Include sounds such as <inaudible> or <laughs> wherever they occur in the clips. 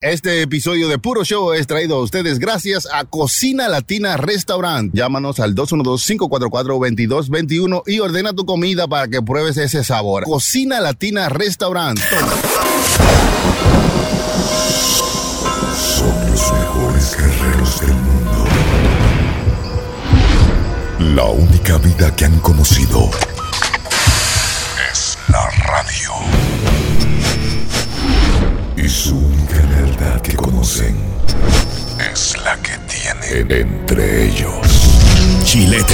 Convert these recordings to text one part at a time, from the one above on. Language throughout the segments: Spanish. Este episodio de Puro Show es traído a ustedes gracias a Cocina Latina Restaurant. Llámanos al 212-544-2221 y ordena tu comida para que pruebes ese sabor. Cocina Latina Restaurant. Son los mejores guerreros del mundo. La única vida que han conocido es la radio. Y su única verdad que conocen es la que tienen entre ellos. Chilete,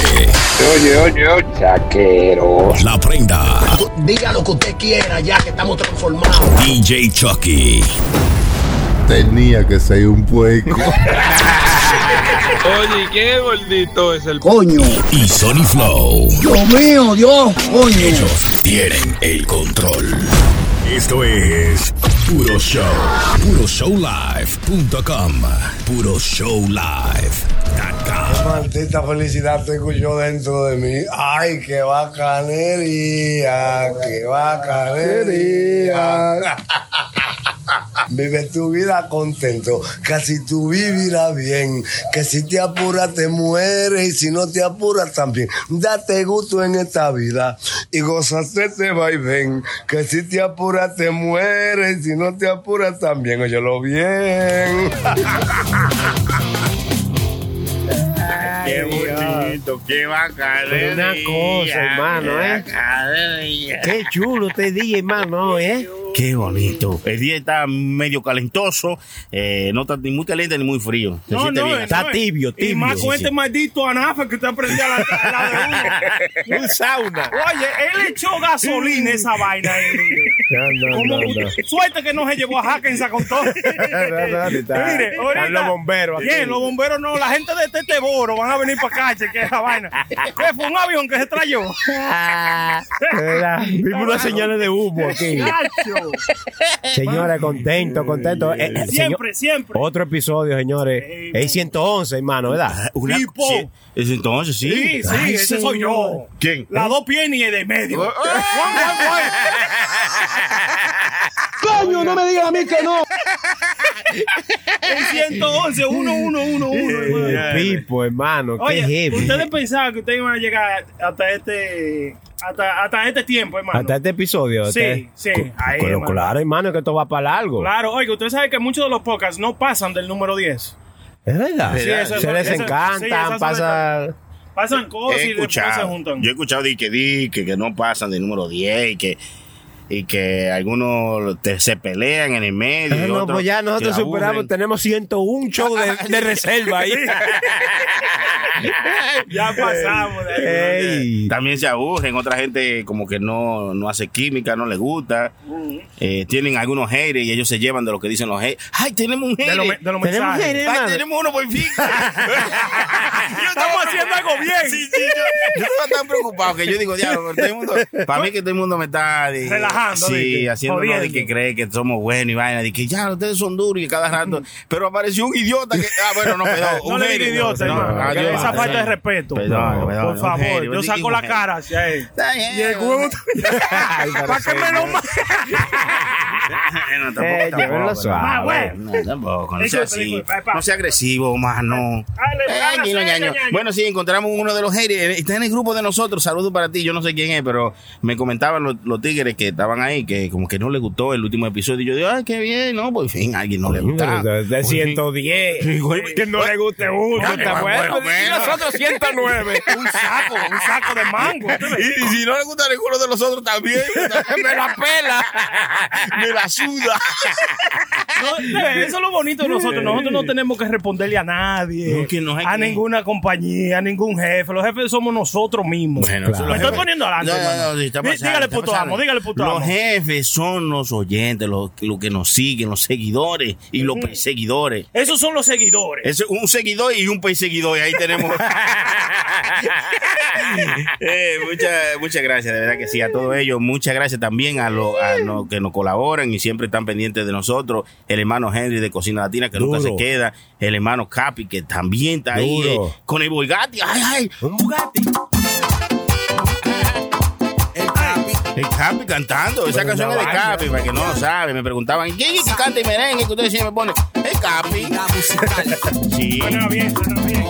Oye, oye, oye. Chaquero. La Prenda, Diga lo que usted quiera, ya que estamos transformados. DJ Chucky, Tenía que ser un pueco. <laughs> Oye, qué gordito es el Coño, y Sony Flow. Dios mío, Dios, coño. Ellos tienen el control. Esto es Puro Show. PuroShowLive.com. Puro Show Live.com. Maldita felicidad tengo yo dentro de mí. Ay, qué bacanería, qué bacanería. <laughs> Vive tu vida contento, que si tú vivirás bien, que si te apuras te mueres y si no te apuras también. Date gusto en esta vida y gozaste este vaivén, que si te apuras te mueres y si no te apuras también. Óyelo bien. Qué bonito, qué bacanería. Pero una cosa, hermano, ¿eh? bacanería. Qué chulo este DJ, hermano, ¿eh? Qué bonito. El día está medio calentoso, eh, no tan, ni muy caliente ni muy frío. Se siente bien. Está tibio, tibio. más con este maldito anafe que usted prendió a la, a la de uno. <laughs> Un sauna. Oye, él echó gasolina a esa vaina. ahí, mire. Como- Suerte que no se llegó a Hackensack con <laughs> todo. Mire, ahorita- los bomberos aquí. Bien, los bomberos no. La gente de Teteboro van a venir para acá, que es la <laughs> vaina. ¿Qué fue un avión que se trayó? Vimos unas señales de humo aquí. Chacho. Señores, contento, contento. Eh, eh, señor- Siempre, siempre. Otro episodio, señores. Es 111, hermano, ¿verdad? Una- Tipo. sí, es entonces, sí. Sí, sí, Ay, ese soy yo. señor. Oh. ¿Quién? Las dos piernas y el de medio. Juan, Juan, Juan. <laughs> Coño, no me digas a mí que no. El 111, 1111, <laughs> hermano. El Pipo, hermano, Eh, qué Oye, heavy. ustedes pensaban que ustedes iban a llegar hasta este hasta, hasta este tiempo, hermano. Hasta este episodio. Sí, hasta- sí, Co- ahí, Pero hermano. claro, hermano, que esto va para largo. Claro, oiga, ustedes saben que muchos de los podcasts no pasan del número 10. Es verdad. Sí, eso- Se les eso- sí, esas encantan, son pasa. Eh, Pasan cosas He y después se escuchado, juntan. yo he escuchado de que, di que, que no pasan del número 10 y que, y que algunos te- se pelean en el medio. Ah, y no, otros pues ya nosotros se superamos, aburren. tenemos 101 show de, de reserva ahí. Ya pasamos de Eh, ahí. <laughs> Ey. También se aburren, otra gente como que no, no hace química, no les gusta. Eh, tienen algunos haters y ellos se llevan de lo que dicen los haters. ¡Ay, tenemos un De hater! los me- de los eh, Tenemos mensajes. gente, ¡Ay, hermano. tenemos uno <laughs> por fin! Yo Estamos estaba- haciendo algo bien. Sí, sí, yo, yo estaba tan preocupado que yo digo, diablo, todo el mundo, para mí que todo el mundo me está de- Relajando, de sí, que- haciendo no, de jodiendo. que cree que somos buenos y vaina, de que ya ustedes son duros y cada rato, pero apareció un idiota que, ah, bueno, no, perdón, <laughs> No un le diga hater. idiota, No, hermano. ah, yo- Esa falta de respeto. Perdón, perdón, Por un favor, hater, yo un saco la hater. cara hacia él. Está Y el bien. huevo <laughs> para que me lo mate. no, tampoco, Eh, tampoco, llévenlo pero- suave. Ah, bueno, no, tampoco, no sea Eso te digo, así. pa, pa. No sea agresivo, mano. Dale, Eh, dale, ñiño, dale, ñaño. ñaño. Bueno, sí, encontramos uno de los haters. Eh, Está en el grupo de nosotros. Saludos para ti. Yo no sé quién es, pero me comentaban los, los tigres que estaban ahí que como que no les gustó el último episodio. Y yo digo, ay, qué bien, no, por fin, a alguien no le gusta. De- De Por fin. 110. güey. que no le guste uno. Ah, está bueno, bueno. bueno. Y nosotros 109. Un saco, <laughs> un saco de mango. Y, y si no le gusta ninguno de los otros <laughs> también, <laughs> me la pela, <laughs> me la suda. <laughs> No, eh, eso es lo bonito de nosotros. Nosotros no tenemos que responderle a nadie, No, que no hay a que- ninguna compañía, a ningún jefe. Los jefes somos nosotros mismos. Bueno, eso Me los estoy jefes- poniendo adelante. No, no, hermano. no, sí, está Dí- pasando, dígale está puto pasando. amo, dígale puto Los amo. jefes son los oyentes, los, los que nos siguen, los seguidores y los perseguidores. Esos son los seguidores. Es un seguidor y un perseguidor, y ahí <laughs> tenemos. <laughs> Eh, muchas, muchas gracias, de verdad que sí, a todos ellos. Muchas gracias también a los a los que nos colaboran y siempre están pendientes de nosotros. El hermano Henry de Cocina Latina, que nunca se Duro. queda. El hermano Capi, que también está ahí. Duro. eh, con el Bugatti. ¡Ay, ay! Un Bugatti. El Capi. El Capi cantando. Esa Pero canción una es de vaina. Capi, para que no lo sabe. Me preguntaban, ¿quién es que canta y merengue? Que ustedes siempre me ponen, el Capi. Sí. Suena bien, suena bien.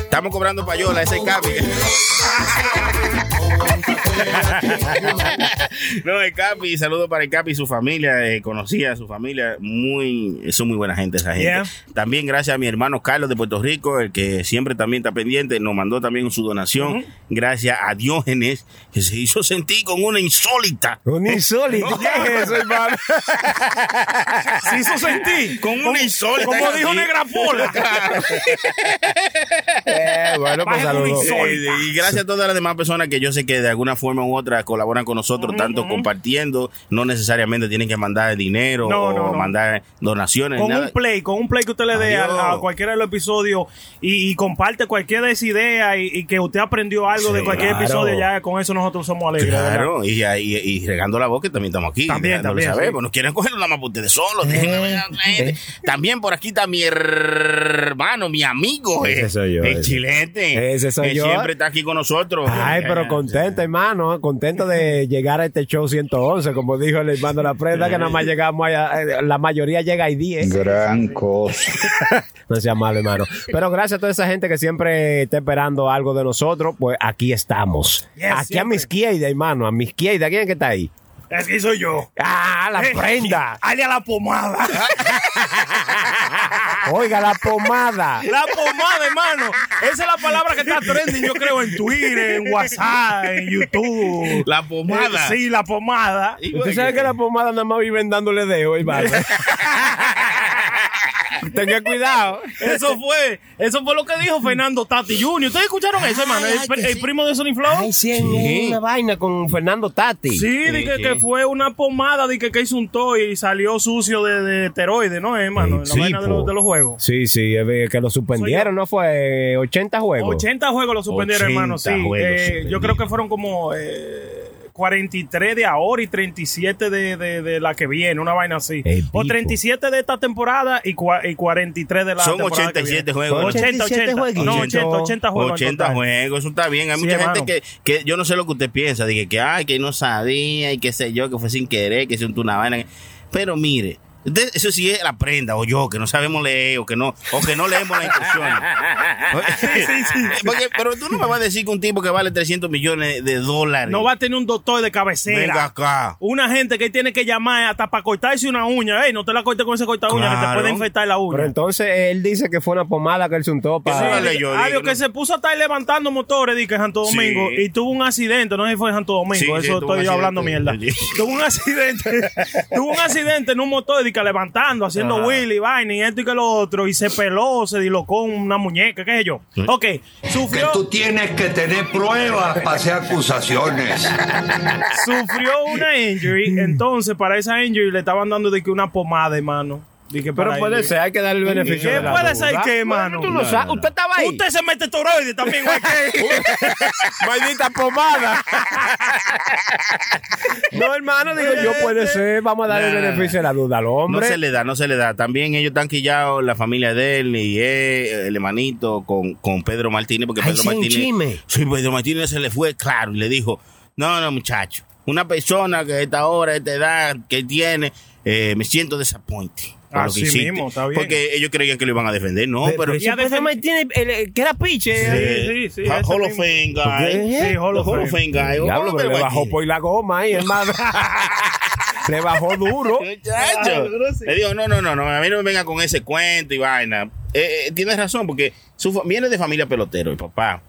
Estamos cobrando payola, ese es Capi. <laughs> <laughs> no, el Capi, saludo para el Capi y su familia, eh, conocía a su familia, muy, son muy buena gente esa gente. Yeah. También gracias a mi hermano Carlos de Puerto Rico, el que siempre también está pendiente, nos mandó también su donación, gracias a Diógenes, que se hizo sentir con una insólita. Un insólito. ¿Qué es eso, hermano? Se hizo sentir. Con una insólita. Como así. dijo Negra Pola. Eh, bueno, pues Baja un saludos. insólito. Eh, Y gracias a todas las demás personas que yo sé que de alguna forma u otra colaboran con nosotros, tanto compartiendo, no necesariamente tienen que mandar dinero No, o no, no. mandar donaciones. Con nada. un play, con un play que usted le dé a- a, Adiós. cualquiera de los episodios y, y comparte cualquiera de esas ideas y, y que usted aprendió algo Sí, de cualquier claro. episodio, ya con eso nosotros somos alegres. ¿verdad? Claro, y, y- y regando la voz que también estamos aquí. ya También, no lo también, sabemos, sí. no quieren cogerlo nada más por ustedes solos. dejen que venga otra gente. También por aquí está mi hermano, mi amigo. Ese eh, soy yo, El ese. chilete. Ese soy que yo. siempre está aquí con nosotros. Ay, Eh, pero eh, contenta, hermano. Contenta de llegar a este show 111, como dijo el hermano La Prenda, que nada más llegamos allá, eh, la mayoría llega a 10. Gran cosa. No sea malo, hermano. Pero gracias a toda esa gente que siempre está esperando algo de nosotros, pues aquí estamos. Yes, aquí a siempre. mi izquierda, hermano, a mi izquierda. ¿Quién es que está ahí? Así soy yo. ¡Ah, la prenda! Hazle a Eh, la pomada. <laughs> Oiga, la pomada. La pomada, hermano. Esa es la palabra que está trending, yo creo, en Twitter, en WhatsApp, en YouTube. La pomada. Eh, Sí, la pomada. y Usted bueno, sabe que la pomada nada más viven dándole dedo, hermano. Tenga cuidado. Eso fue, eso fue lo que dijo Fernando Tati Jr. ¿Ustedes escucharon eso, hermano? El, pri- el primo de Sony Flow. sí, una vaina con Fernando Tati. eh. Sí, di que, que fue una pomada, di que, que hizo un toy y salió sucio de, de teroide, ¿no, hermano? La Sí, vaina de po. los, de los juegos. Sí, sí, es de- que lo suspendieron, ¿no? Fue 80 juegos. 80 juegos lo suspendieron, 80 hermano, sí. juegos Eh, yo suspendieron. creo que fueron como eh, 43 de ahora y 37 de, de, de la que viene, una vaina así. El O tipo. 37 de esta temporada y, cua- y 43 de la Son temporada que 87 viene. juegos. 80, 87 80. No, 80, 80 juegos. en 80 total. juegos, eso está bien. Hay Sí, mucha hermano. gente que, que yo no sé lo que usted piensa, dije que ay, que no sabía y qué sé yo, que fue sin querer, que se untó una vaina. Pero mire, usted- eso sí es la prenda, o yo, que no sabemos leer, o que no, o que no leemos las <laughs> instrucciones. Porque- pero tú no me vas a decir que un tipo que vale 300 millones de dólares. No va a tener un doctor de cabecera. Venga acá. Una gente que tiene que llamar hasta para cortarse una uña. Ey, no te la cortes con ese corta uña que te Claro. puede infectar la uña. Pero entonces él dice que fue una pomada que él untó Eso para. es Dale, yo Ah, digo, Dios, que no. se puso a estar levantando motores, dije, en Santo Sí. Domingo, y tuvo un accidente, no sé si fue en Santo Domingo, Sí, sí, eso tuvo un estoy yo accidente. hablando mierda. <laughs> Sí. tuvo un accidente, <laughs> tuvo un accidente en un motor, dije, levantando, haciendo Ajá. Willy, vaina, y esto y que lo otro, y se peló, se dilocó una muñeca, qué sé yo. Ok, sufrió, tienes que tener pruebas para hacer acusaciones. sufrió una injury, entonces para esa injury le estaban dando de que una pomada, hermano. Dije, Pero para puede injury. ser, hay que darle el beneficio. ¿Qué de la puede ser duda. que, Bueno, mano? tú no No, sabes. Usted estaba ahí. Usted se mete toroide también, güey. <laughs> Maldita pomada. no, hermano, digo yo, puede ser. Vamos a darle Nah. el beneficio de la duda al <laughs> hombre. No se le da, no se le da. También ellos están quillados, la familia de él y él, el hermanito, con, con Pedro Martínez, porque Ay, Pedro sí, un Martínez. chisme. Sí, Pedro Martínez se le fue claro y le dijo: No, no, muchacho, una persona que a esta hora, a esta edad que tiene, eh, me siento disappointed. por lo que Así hiciste". mismo, está bien. Porque ellos creían que lo iban a defender, no, pero. pero sí, Pedro tiene que era piche. sí, sí, Ha- ese Hall of mismo. Fame guy. ¿Qué? Sí, Hall of The Hall of Fame. Fame guy. Hall Diablo, of pero Fame le bajó guy. por la goma ahí, hermano. <laughs> le bajó duro. Muchacho. Oh, Le digo, no, no, no, no, a mí no me venga con ese cuento y vaina. Eh, eh, tienes razón, porque su fa- viene de familia pelotero, el papá.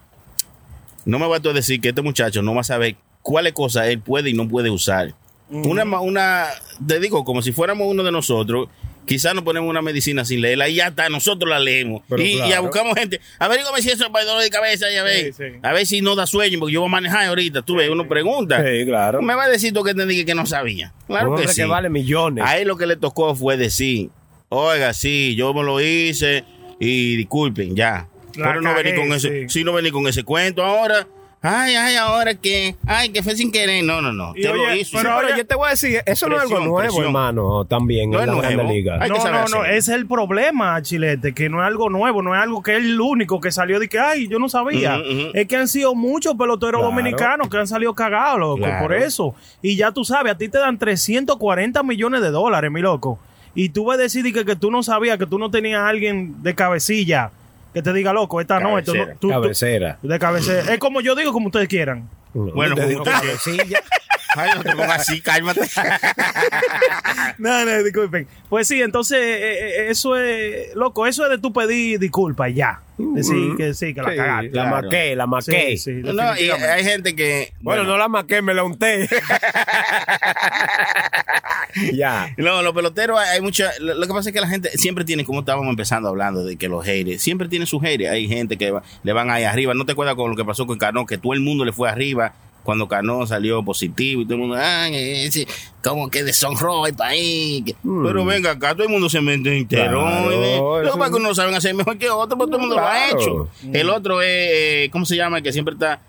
No me vas a decir que este muchacho no va a saber cuáles cosas él puede y no puede usar. Una, ma- una, te digo, como si fuéramos uno de nosotros, quizás nos ponemos una medicina sin leerla y ya está, nosotros la leemos. Pero y, claro. y ya buscamos gente. A ver, dígame si eso es para el dolor de cabeza, ya ves. Sí, sí. A ver si no da sueño, porque yo voy a manejar ahorita. Tú ves, uno pregunta. Sí, claro. Me va a decir tú que te dije que no sabía. Claro Un hombre que sí. vale millones. A él lo que le tocó fue decir, oiga, sí, yo me lo hice y disculpen, ya. La Pero no vení cagué, con ese, sí. sí, no vení con ese cuento ahora. Ay, ay, ahora que, ay, que fue sin querer. No, no, no. Y Te lo oye, hizo. pero ahora yo te voy a decir, eso no es algo Presión, nuevo, presión. hermano, también No en es la Grande nuevo. Liga. Hay que No, saber no, no, hacerlo. ese es el problema, Chilete, que no es algo nuevo, no es algo que es el único que salió de que, ay, yo no sabía. Ujú, ujú. Es que han sido muchos peloteros Claro. dominicanos que han salido cagados, loco, Claro. por eso. Y ya tú sabes, a ti te dan 340 millones de dólares, mi loco. Y tú vas a decir de que, que tú no sabías, que tú no tenías a alguien de cabecilla que te diga, loco, esta no, esto no, Cabecera. tú- tú- Cabecera. de cabecera. es como yo digo, como ustedes quieran. Bueno, Te como digo, usted <laughs> quiera. cabecilla. Ay, no te pongas así, cálmate. No, no, disculpen. Pues sí, entonces eh, eh, eso es, loco, eso es de tú pedir disculpas ya. Decir que sí, que la Sí, cagaste. La maqué, la maqué. Sí, sí, No, y hay gente que. Bueno, no la maqué, me <laughs> la unté. <laughs> ya. No, los peloteros hay hay mucha. Lo lo que pasa es que la gente siempre tiene, como estábamos empezando hablando, de que los haters, siempre tienen sus haters. Hay gente que va- le van ahí arriba. ¿No te acuerdas con lo que pasó con Cano? Que todo el mundo le fue arriba cuando Cano salió positivo y todo el mundo, ah, ese, como que deshonró el país. Que- Pero venga, acá todo el mundo se mete en Mm. Claro, Los eso- que uno saben hacer mejor que otro, pero todo el mundo Claro. Mm. lo ha hecho. El otro es, eh, ¿cómo se llama? El que siempre está.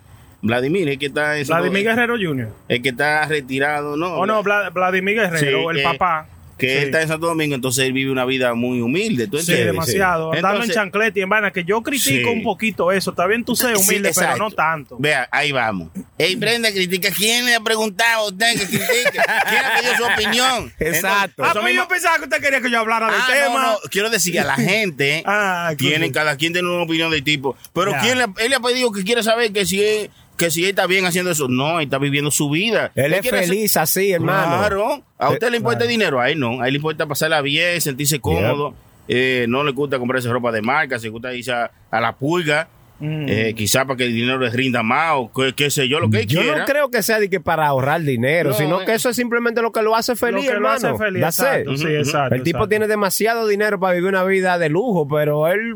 Vladimir, el que está. ese- Vladimir Guerrero Jr. El que está retirado, ¿no? Oh, O no, Vla- Vladimir Guerrero, Sí, el que- papá. que él Sí. está en Santo Domingo, entonces él vive una vida muy humilde. ¿tú Sí, entiendes? demasiado. Sí. Andando en Entonces- chanclete y en vaina, que yo critico Sí. un poquito eso. Está bien tú seas Sí, humilde, pero exacto. no tanto. Vea, ahí vamos. Ey, Brenda, critica. ¿Quién le ha preguntado a usted que critique? ¿Quién ha pedido su <laughs> opinión? Exacto. Entonces, Ah, eso pues mismo- yo pensaba que usted quería que yo hablara del Ah, tema. no, no, Quiero decir que a la gente <laughs> Ah, tienen, coño. cada quien tiene una opinión de tipo. Pero Ya. ¿quién le, él le ha pedido que quiere saber que si él, que si él está bien haciendo eso. No, él está viviendo su vida. Él es quiere hacer- feliz así, hermano. Claro. ¿A usted le importa Eh, claro. el dinero? A él no. A él le importa pasarla bien, sentirse cómodo. Eh, no le gusta comprarse ropa de marca, se gusta irse a, a la pulga. Mm. Eh, quizá para que el dinero les rinda más o qué, qué sé yo, lo que él Yo quiera. no creo que sea de que para ahorrar dinero, No, sino eh. que eso es simplemente lo que lo hace Lo feliz, que lo hace hermano. feliz. That's exacto, it. sí, exacto, El tipo exacto. tiene demasiado dinero para vivir una vida de lujo, pero él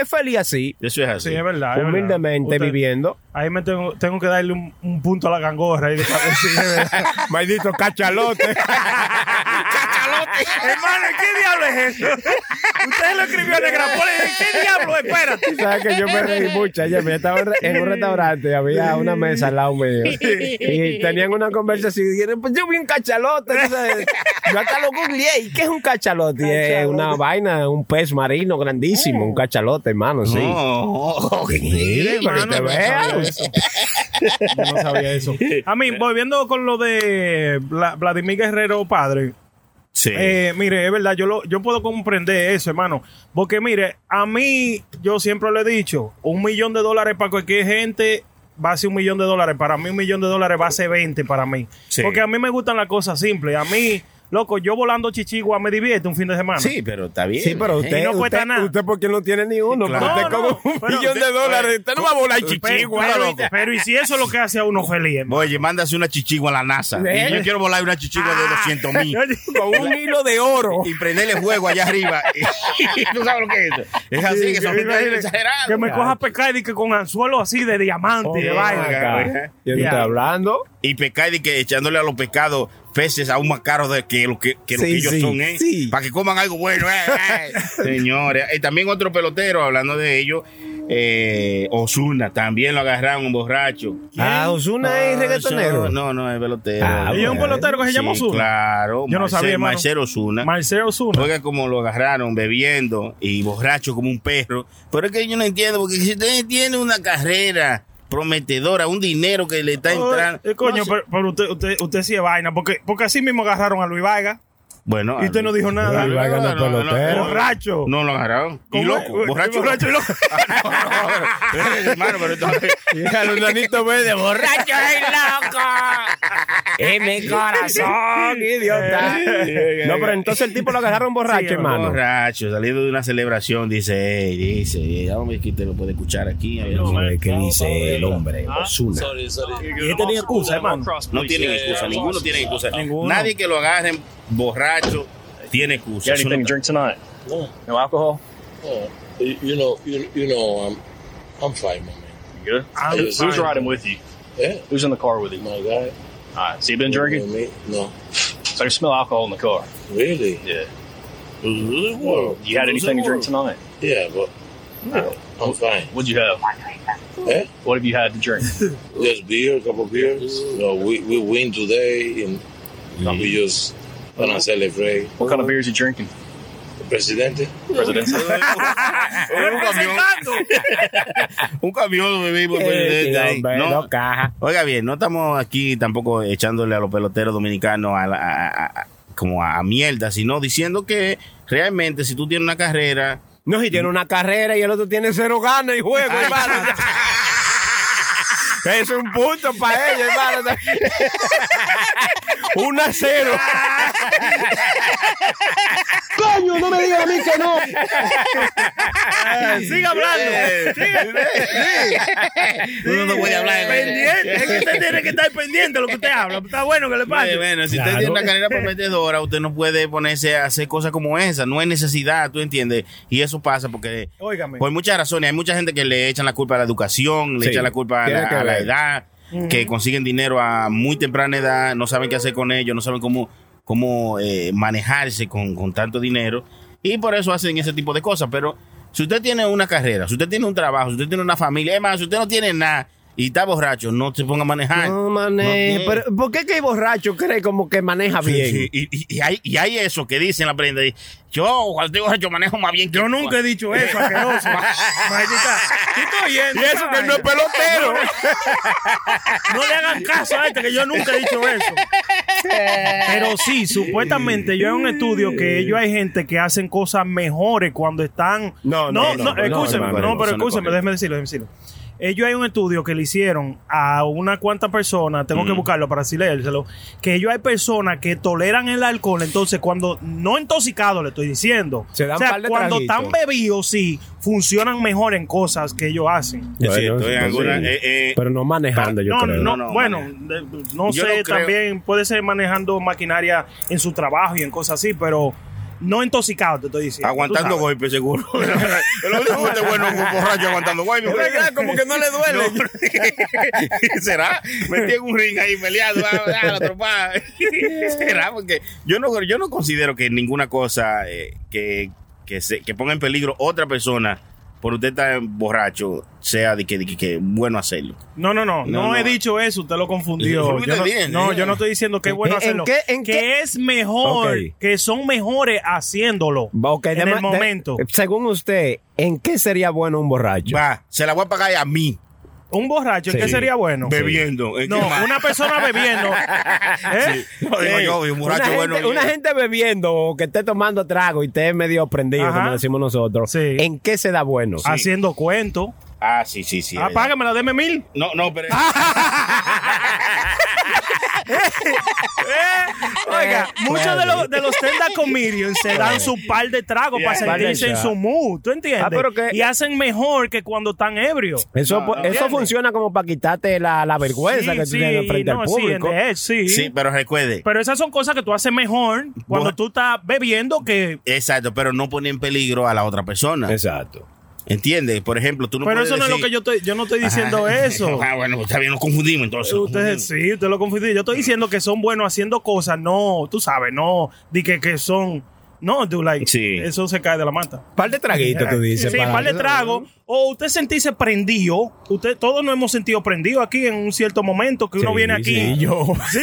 es feliz así, Eso es así. Sí, es verdad. es verdad. humildemente Usted- viviendo. Ahí me tengo, tengo que darle un, un punto a la gangorra. ahí de- sí, es verdad. <laughs> Maldito cachalote. <laughs> <laughs> Hermano, ¿qué diablo es eso? <laughs> Usted lo <laughs> escribió en Negrapol y dije, ¿qué diablo? Espérate. Sabes que yo <laughs> me reí mucho. Ayer me estaba en re- en un restaurante y había una mesa al lado mío. Y tenían una conversación y dijeron, pues yo vi un cachalote. tú sabes. Yo hasta lo googleé. ¿Y qué es un cachalote? Y Es una vaina, un pez marino grandísimo, un cachalote, hermano, sí. No, Mire, para que te Hermano, yo no sabía veas. eso. Yo no sabía eso. A mí, volviendo con lo de Vla- Vladimir Guerrero, padre. Sí. Eh, mire, es verdad, yo, lo, yo puedo comprender eso, hermano. Porque, mire, a mí, yo siempre lo he dicho, un millón de dólares para cualquier gente va a ser un millón de dólares. Para mí, un millón de dólares va a ser 20 para mí. Sí. Porque a mí me gustan las cosas simples. A mí, loco, yo volando chichigua me divierto un fin de semana. sí, pero está bien. eh. Sí, pero usted, Y no cuesta usted, nada. usted porque no tiene ni uno, Claro. pero usted No, no, como un pero millón de usted- dólares, usted no va a volar Pero, chichigua, pero- loco. pero y si eso es lo que hace a uno feliz, hermano. Oye, mándase una chichigua a la NASA. ¿Eh? Y yo quiero volar una chichigua Ah. de 200 mil. Con <laughs> un hilo de oro. Y prenderle fuego allá arriba. ¿Tú sabes lo que es eso? Es así que son que, gente me- exagerada. que me coja a pescar y que con anzuelo así de diamante de Oiga, vaina. ¿eh? oiga. Yo no estoy Ya. hablando. y pecar de que echándole a los pecados peces aún más caros de que lo que, que, lo Sí, que ellos sí, son, ¿eh? sí. Para que coman algo bueno, ¿eh? eh. Señores. Y también otro pelotero, hablando de ellos, eh, Osuna, también lo agarraron un borracho. Ah, Ozuna es Ah, reggaetonero. eso- No, no, es pelotero. Ah, ¿Y es un pelotero que se llama Sí, Ozuna? Claro. Yo no sabía, hermano. Marcelo Osuna. Marcelo Osuna. Oiga, como lo agarraron bebiendo y borracho como un perro. Pero es que yo no entiendo, porque si usted tiene una carrera prometedora, un dinero que le está entrando. Eh, coño, no sé. pero, pero usted, usted, usted sí es vaina, porque, porque así mismo agarraron a Luis Vaga Bueno, y usted no dijo nada. Luis Vaga no es pelotero. no, Borracho. No lo agarraron. Y ¿Cómo? loco, Eh, borracho. borracho y loco. loco. Ah, <laughs> no, no, no. Eh, Hermano, pero <laughs> entonces. Mira, el enanito verde, borracho y loco. En <laughs> mi corazón, idiota. No, pero entonces el tipo lo agarraron borracho, Sí, hermano. Borracho, saliendo de una celebración, dice, "Ey, dice, ey, vamos a ver quién te lo puede escuchar aquí. a ver si- Hombre, ¿qué dice el hombre? Ah, Osuna. Y este tenía excusa, hermano. No tienen excusa, ninguno tiene excusa. Nadie que lo agarren borracho tiene excusa. Eso no está- You, you know, you, you know, I'm, I'm fine, my man. Ah, Who's fine. riding with you? Yeah. Who's in the car with you? My guy. All right. So you been drinking? No. So I can smell alcohol in the car. Really? Yeah. You had anything to drink tonight? Yeah, but I'm fine. What'd you have? Eh? What have you had to drink? Just beer, a couple of beers. You know, we, we win today and you know, we just gonna celebrate. What kind of beers you drinking? Presidente. Presidente. <laughs> Un camión bebé, Eh, por presidente pues, este ahí. No, Oiga bien, no estamos aquí tampoco echándole a los peloteros dominicanos a la- a- a- a- como a, a mierda, sino diciendo que realmente si tú tienes una carrera... No, si tiene una carrera y el otro tiene cero ganas y juego, <laughs> hermano. Es un punto para ellos, hermano. Un a cero. ¡Coño, no me digas a mí que no! Siga hablando. Uno no puede hablar. Pendiente, es que usted tiene que estar pendiente de lo que usted habla. Está bueno que le pase. Bueno, bueno, si usted tiene una carrera prometedora, usted no puede ponerse a hacer cosas como esa. No es necesidad, tú entiendes. Y eso pasa porque, Óigame. por muchas razones, hay mucha gente que le echan la culpa a la educación, le Sí, echan la culpa a tiene la, que a la ver. edad, Ujú. que consiguen dinero a muy temprana edad, no saben qué hacer con ellos, no saben cómo, cómo eh, manejarse con, con tanto dinero. Y por eso hacen ese tipo de cosas. Pero si usted tiene una carrera, si usted tiene un trabajo, si usted tiene una familia, es más, si usted no tiene nada y está borracho, no se ponga a manejar. No maneje. No, no. Pero, ¿Por qué que el borracho cree como que maneja Sí, bien? sí, Y, y- y hay, y hay eso que dicen la prenda. y, Yo, cuando digo yo manejo más bien que Yo nunca he dicho eso, <laughs> asqueroso. Maldita. ¿Qué estoy oyendo? Y eso que no es pelotero. No le hagan caso a este, que yo nunca he dicho eso. Pero sí, supuestamente yo en un estudio que ellos hay gente que hacen cosas mejores cuando están. No, no, no, no, no, no, escúcheme, no, no, no, pero no, no, no, escúcheme, correcto. déjeme decirlo, déjeme decirlo. Ellos hay un estudio que le hicieron a una cuanta persona, tengo que buscarlo para así leérselo, que ellos hay personas que toleran el alcohol, entonces cuando no intoxicados le estoy diciendo, Se dan o sea, par de cuando traguitos. están bebidos sí funcionan mejor en cosas que ellos hacen. Bueno, cierto, en sí. alguna- eh, eh, pero no manejando, yo No, creo. no, bueno, eh, no Yo sé, no creo- también puede ser manejando maquinaria en su trabajo y en cosas así, pero no intoxicado, te estoy diciendo. Aguantando Eh, tú sabes. golpes, <laughs> seguro. Lo único que es bueno es un borracho aguantando golpes. verdad, como que no le duele. <laughs> No. <laughs> ¿Será? Metí en un ring ahí peleado. ah, ah, la <laughs> tropada. ¿Será? Porque yo no, yo no considero que ninguna cosa eh, que, que, se, que ponga en peligro otra persona por usted estar borracho sea de que, de que- que bueno hacerlo. No, no, no, no, No, no. he dicho eso, usted lo confundió. Sí, Yo no, bien, no, eh. yo no estoy diciendo que es bueno ¿En- en hacerlo. qué- en que qué? es mejor, Ok. que son mejores haciéndolo. Ok, de en el ma- de- momento. según usted, ¿en qué sería bueno un borracho? Va, se la voy a pagar a mí. Un borracho, ¿en Sí. qué sería bueno? Bebiendo. ¿en No, qué más? una persona <laughs> bebiendo. ¿Eh? Sí. No, digo yo, un borracho una, bueno. gente, una gente bebiendo o que esté tomando trago y esté medio prendido, Ajá. como decimos nosotros, ¿en qué se da bueno? Haciendo cuentos. Ah, sí, sí, sí. es verdad. Apágamela, deme mil. No, no, pero. Oiga, Eh, muchos de madre. los, de los stand-up comedians se dan su par de tragos Yeah. para Par de sentirse en shots. su mood, ¿tú entiendes? Ah, pero que- Y hacen mejor que cuando están ebrios. Eso, po- eso ¿Entiendes? funciona como para quitarte la, la vergüenza Ah, Sí, que sí, tú tienes frente no, al sí, público. en the edge, sí. Sí, pero recuerde. Pero esas son cosas que tú haces mejor cuando tú estás bebiendo que... Exacto, pero no pone en peligro a la otra persona. Exacto. ¿Entiendes? Por ejemplo, tú no pero puedes eso no es lo decir- que yo estoy... Yo no estoy diciendo Ajá. <laughs> eso. Ah, bueno, pues está bien, nos confundimos entonces. nos Usted, confundimos. sí, usted lo confundió. Yo estoy diciendo que son buenos haciendo cosas, no, tú sabes, no, di que, que son, no, dude, like, eso se cae de la mata. Par de traguitos, tú dices, <laughs> Sí, pa- par de tragos. O usted sentirse prendido. Usted, todos nos hemos sentido prendido aquí en un cierto momento que uno Sí, viene aquí. sí, yo. <laughs> Sí.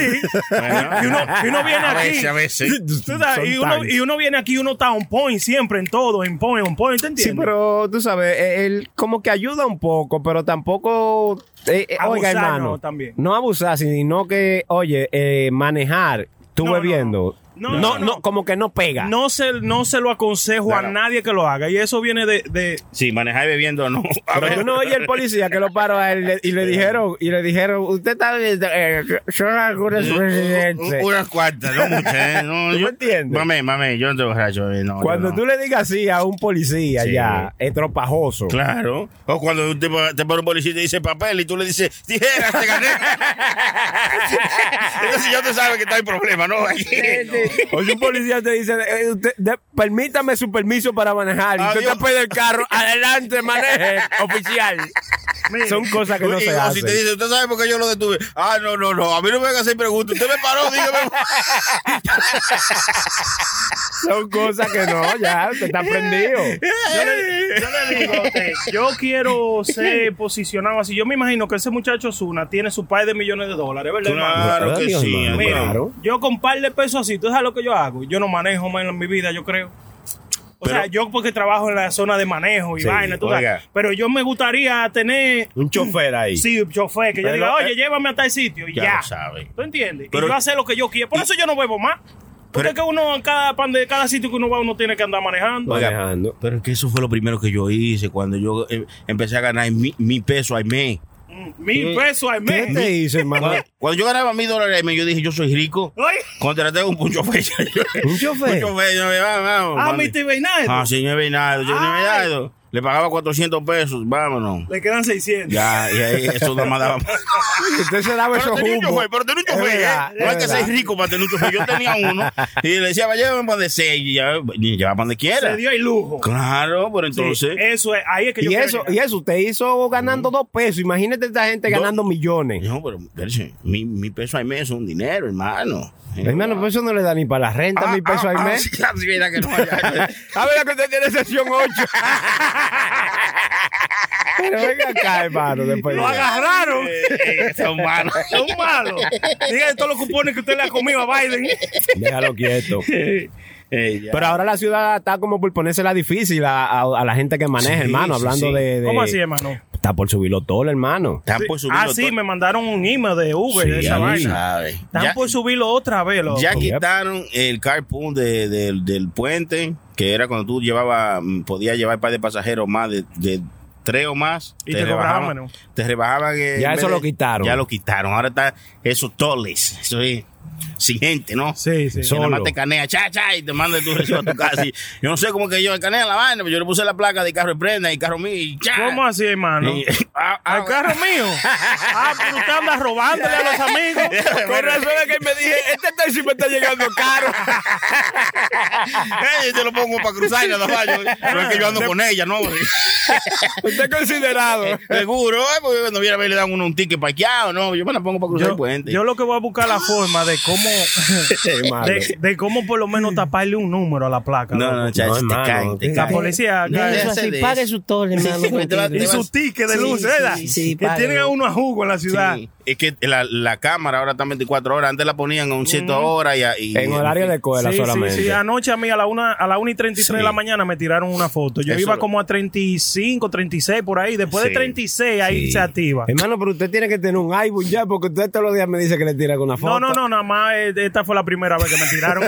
y, uno, y uno viene A aquí. veces, a veces. Tú sabes, y, uno, Sometimes. y uno viene aquí y uno está on point siempre en todo, en point, on point, ¿te Sí, entiendes? pero tú sabes, eh, él como que ayuda un poco, pero tampoco. eh, eh, oiga, Abusar, no, hermano. también. No abusar, sino que, oye, eh, manejar, tú bebiendo. No no, como que no pega. No se, no se lo aconsejo a Claro. nadie que lo haga. Y eso viene de. de- Sí, manejar bebiendo no. <laughs> A Pero ver. tú no oye el policía que lo paró a él le- y le dijeron, y le dijeron, usted está eh, son algunas U- Unas cuantas, no muchas, ¿eh? No, ¿Tú me yo- entiendes? Mame, mame, yo no estoy borracho. eh, No, Cuando yo no. tú le digas así a un policía Sí. ya, eh, estropajoso. Claro. O cuando te, pa- te para un policía y te dice papel y tú le dices, tijeras, te gané. <laughs> Entonces ya te sabes que está el problema, ¿no? Aquí, O si un policía te dice, eh, usted, de- permítame su permiso para manejar. Y usted Adiós. <laughs> te pide el carro, adelante, maneje, oficial. Son cosas que no Y- se o hacen. si te dice, ¿usted sabe por qué yo lo detuve? Ah, no, no, no. A mí no me hagas hacer preguntas. Usted me paró, dígame. Son cosas que no, ya, te está prendido. Yo le, yo le digo a usted, yo quiero ser posicionado así. Yo me imagino que ese muchacho Zuna tiene su par de millones de dólares, <laughs> ¿verdad? Claro hermano? que Claro, sí, hermano. Mira, claro. yo con par de pesos así, tú sabes lo que yo hago. Yo no manejo más en mi vida, yo creo. O sea, yo porque trabajo en la zona de manejo y Sí, vaina, tú sabes. oiga. Pero yo me gustaría tener Un chofer ahí. Sí, un chofer, que yo Pero, diga, oye, eh, llévame a tal sitio y ya ya. lo sabe. ¿Tú entiendes? Pero- y yo hacer lo que yo quiero. Por eso yo no bebo más. Porque es que uno, en cada, pan de cada sitio que uno va, uno tiene que andar manejando. Oiga, pero es que eso fue lo primero que yo hice cuando yo eh, empecé a ganar mi, mi peso al mes. Mm, Mil pesos al mes. hice, hermano? Cuando yo ganaba mil dólares al mes, yo dije, yo soy rico. Ay. Contraté un <laughs> un chofer. ¿Un chofer? Un chofer, yo me va, vamos. Ah, mande. Mr. Bernardo. Ah, señor Bernardo, señor Ay. Bernardo. Le pagaba 400 pesos, vámonos. Le quedan 600. Ya, y ahí eso nada más daba. Usted se daba Pero esos tenía un humos. chofer, pero tenía un chofer. Es ¿eh? verdad, no es hay que ser verdad. rico para tener un chofer. Yo tenía uno y le decía, vaya, vamos de seis y ya, y ya para donde quiera. Se dio el lujo. Claro, pero Sí, Eh. entonces. eso es, ahí es que yo Y quiero eso, llegar. y eso, usted hizo ganando dos pesos. Imagínate esta gente ganando millones. No, pero espérese, mi, mi peso al mes es un dinero, hermano. Eh, Hermano, pues eso no le da ni para la renta, Ah, mil pesos al mes. Así mira que no vaya. <laughs> A ver, que usted tiene sesión 8. <laughs> Pero venga acá, hermano, después. Lo agarraron. <laughs> son malos. Son malos. Dígale todos los cupones que usted le ha comido a Biden. Déjalo <laughs> quieto. Pero ahora la ciudad está como por ponérsela difícil a, a- a la gente que maneja, Sí, hermano. sí, Hablando sí. de, de- ¿Cómo así, hermano? Está por subirlo todo, hermano. Está ah, sí, me mandaron un email de Uber Sí, Pues, de esa ya vaina. sabe. Están Ya- por subirlo otra vez, loco. Ya quitaron el carpool de- del- del puente, que era cuando tú llevaba, mm, podías llevar un par de pasajeros más de, de tres o más. Y te cobraban menos. Te rebajaban. eh, Ya en eso vez lo quitaron. Ya lo quitaron. Ahora está eso toles. Eso es. Sin gente, ¿no? Sí, sí. Solo. Nada más te canea, cha, cha, y te manda tu recibo a tu casa. Y yo no sé cómo que yo canea la vaina, pero yo le puse la placa de carro de prenda y carro mío y cha. ¿Cómo así, hermano? Y- ¿Al carro <laughs> mío? Ah, pero usted anda robándole a los amigos. Con <laughs> razón es que me dije, este taxi me está llegando caro. <laughs> Ey, yo lo pongo para cruzar nada más. Yo, <laughs> pero es que yo ando con ella, ¿no? Usted <laughs> considerado. Seguro, eh, porque cuando viera a ver, le dan uno un ticket parqueado, ¿no? Yo me la pongo para cruzar el puente. Yo lo que voy a buscar la forma de cómo Este, Hermano. de, de cómo por lo menos taparle un número a la placa. No, loco. no, chacho, te caen, te La caen. policía No, cae. eso así, pague su tole, hermano, Y su ticket de luz, ¿verdad? que tienen a uno a jugo en la ciudad. Sí. Es que la, la cámara ahora está 24 horas. Antes la ponían a un cierto hora y, y- En horario de escuela Sí, sí, solamente. sí. Anoche a mí a la 1 a la una y 33 Sí. de la mañana me tiraron una foto. Yo Eso iba lo- como a 35, 36 por ahí. Después Sí. de 36 ahí Sí. se activa. <laughs> Hermano, pero usted tiene que tener un iPhone ya, porque usted todos los días me dice que le tira con una foto. No, no, <laughs> no, nada más eh, esta fue la primera vez que me <laughs> tiraron.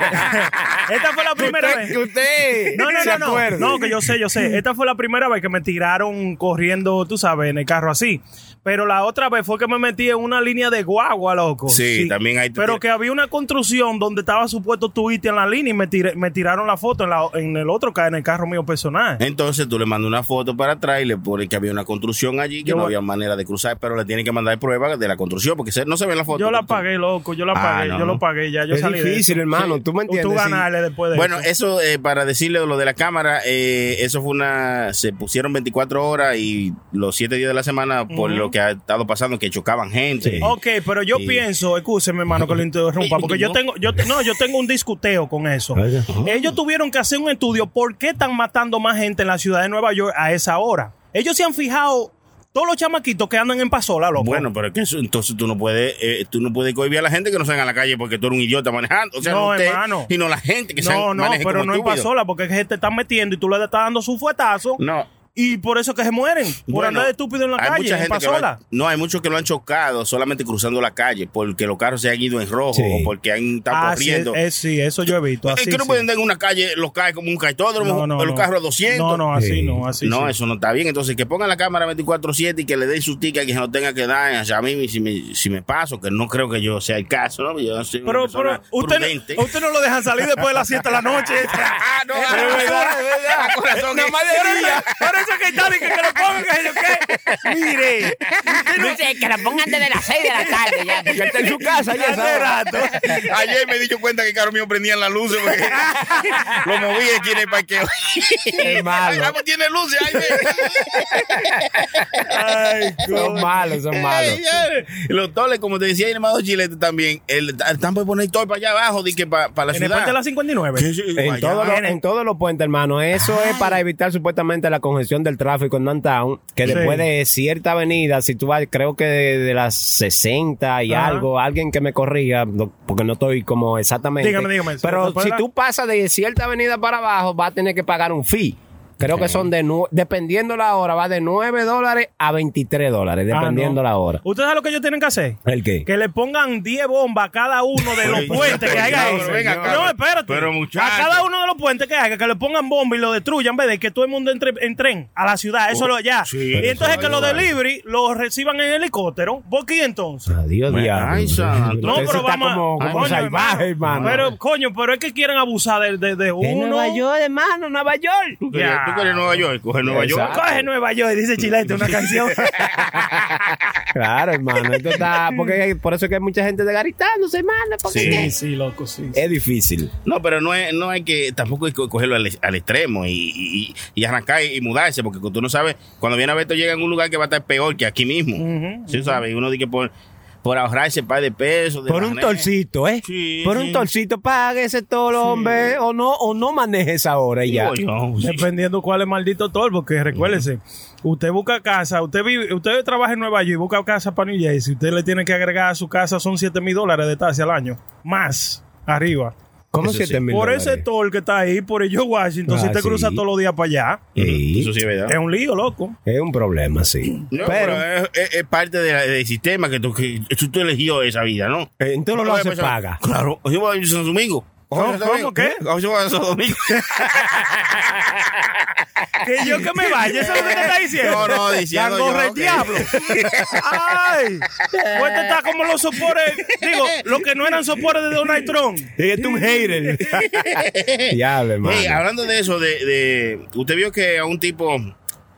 esta fue la primera Usted- vez. que usted no, no, se no, no. acuerde. No, que yo sé, yo sé. Esta fue la primera vez que me tiraron corriendo, tú sabes, en el carro así. Pero la otra vez fue que me metí en una línea de guagua, loco. Sí, también ahí te Pero tira- que había una construcción donde estaba supuesto tu IT en la línea y me, tiré- me tiraron la foto en, la- en el otro ca- en el carro mío personal. Entonces tú le mandas una foto para atrás y le pones que había una construcción allí que Yo no voy- había manera de cruzar, pero le tienen que mandar pruebas de la construcción porque se- no se ve en la foto. Yo la pagué, loco. Yo la Ah, pagué. no. Yo lo pagué ya. Yo Es salí de difícil, eso. hermano, tú me entiendes, Tú sí. ganarle después de Bueno, eso. eso eh, para decirle lo de la cámara, eh, eso fue una. Se pusieron 24 horas y los 7 días de la semana por Ujú. lo que ha estado pasando, que chocaban gente. Ok, pero yo Sí. pienso, escúcheme, hermano, que lo interrumpa, porque yo tengo, yo te- no, yo tengo un discuteo con eso. Ellos Ah. tuvieron que hacer un estudio por qué están matando más gente en la ciudad de Nueva York a esa hora. Ellos se han fijado todos los chamaquitos que andan en pasola, loco. Bueno, pero es que eso- entonces tú no puedes eh, tú no puedes cohibir a la gente que no salga a la calle porque tú eres un idiota manejando. O sea, no, no, usted, hermano. sino la gente que se No, no, maneje pero como no en estúpido. pasola, porque es que te están metiendo y tú le estás dando su fuetazo. No. Y por eso que se mueren, por Bueno, andar de estúpido en la hay calle, mucha en gente que lo pasola. ha- no, hay muchos que lo han chocado solamente cruzando la calle porque los carros se han ido en rojo Sí. o porque han estado Ah, sí, corriendo. eh, sí, eso yo he visto. Es así, que no sí. pueden andar en una calle, los cae como un cartódromo, No, no, los no. carros a 200. No, no, así Sí. no, así No, sí. eso no está bien. Entonces, que pongan la cámara 24-7 y que le den su ticket, que se lo tenga que dar a mí si me, si me paso, que no creo que yo sea el caso, ¿no? Yo soy una Pero, persona pero usted, prudente. <laughs> no- usted no lo dejan salir después de las 7 de la noche. Ah, no, ah, Es verdad. ¿verdad? Corazón, Nada más de día. Por eso que está, dije que lo pongan, que yo qué. Mire. Dice que la pongan desde las 6 de la tarde ya. Ya está en su casa, ya Hace sabe. <laughs> rato. Ayer me he dicho cuenta que el carro mío prendían las luces porque lo moví aquí en el parqueo. Es malo. Ay, tiene luces, ay, son malos, son Eh, malos. Los toles, como te decía, el hermano Chilete también. El, están por poner tol para allá abajo, di que para la En el ciudad. puente de la 59. Allá En todos, los, vienen. en todos los puentes, hermano. Eso es para evitar supuestamente la congestión del tráfico en downtown. Que después Sí. de cierta avenida, si tú vas, creo que de, de las 60 y Ajá. algo, alguien que me corrija, no- porque no estoy como exactamente. Dígame, dígame. pues, Pero Después si de la- tú pasas de cierta avenida para abajo, vas a tener que pagar un fee. Creo que son de, nu- dependiendo la hora, va de 9 dólares a 23 dólares, Ah, no. dependiendo la hora. ¿Ustedes saben lo que ellos tienen que hacer? ¿El qué? Que le pongan 10 bombas a cada uno de los Ey, puentes que haga señor, eso. venga acá. No, espérate. Pero, muchacho. A cada uno de los puentes que haga, que le pongan bomba y lo destruyan, en vez de que todo el mundo entre en tren a la ciudad. Eso Oh, lo ya. sí, y pero entonces eso que los no vale. delivery los reciban en helicóptero. ¿Por qué entonces? Adiós, Ay, diablo. santo. No, Usted pero está vamos a- como, como Coño, salvaje, hermano. Pero, coño, pero es que quieren abusar de, de, de uno. Nueva York, hermano, Nueva York. Tú quieres- tú quieres Nueva York, coge Nueva York. Coge Nueva York, dice Chilete, una <laughs> canción. Claro, hermano. Esto está, porque por eso es que hay mucha gente de Garitándose, hermano. Porque Sí. es que- sí, loco, sí. Es difícil. No, pero no, es- no hay que tampoco hay que cogerlo al, al extremo y, y- y arrancar y, y mudarse, porque tú no sabes, cuando viene a ver, tú llegas a un lugar que va a estar peor que aquí mismo. Sí, sabes, y uno dice que por, por ahorrarse un par de pesos. de Por la un ne- torcito, ¿eh? Por un torcito, pague ese tol, hombre. O no, o no maneje esa hora y ya. Dependiendo cuál es maldito tol, porque recuérdese, usted busca casa, usted vive, usted trabaja en Nueva York y busca casa para New Jersey, usted le tiene que agregar a su casa son 7 mil dólares de tasa al año, más arriba. ¿Cómo Eso sí. 7,000 Por ese dólares? tol que está ahí, por ello Washington, Ah, si usted sí. cruza todos los días para allá, Sí. Eso sí es verdad. es un lío, loco. Es un problema, sí. No, pero, eh, es, es- es parte de la- del sistema que tú, que tú, tú eligió esa vida, ¿no? eh, entonces lo lo hace hace paga. Claro, yo voy a Santo Domingo. ¿Cómo, cómo qué? Yo voy a Santo Domingo. <laughs> Que yo que me vaya, eso es lo que te está diciendo. No, no, diciendo yo, Gangorra el ok. diablo. <laughs> Ay, pues te está como los sopores, digo, los que no eran sopores de Donald Trump. Dígate un hater. <laughs> Diablo, hermano. Pues, eh, Hey, hablando de eso, de, de- usted vio que a un tipo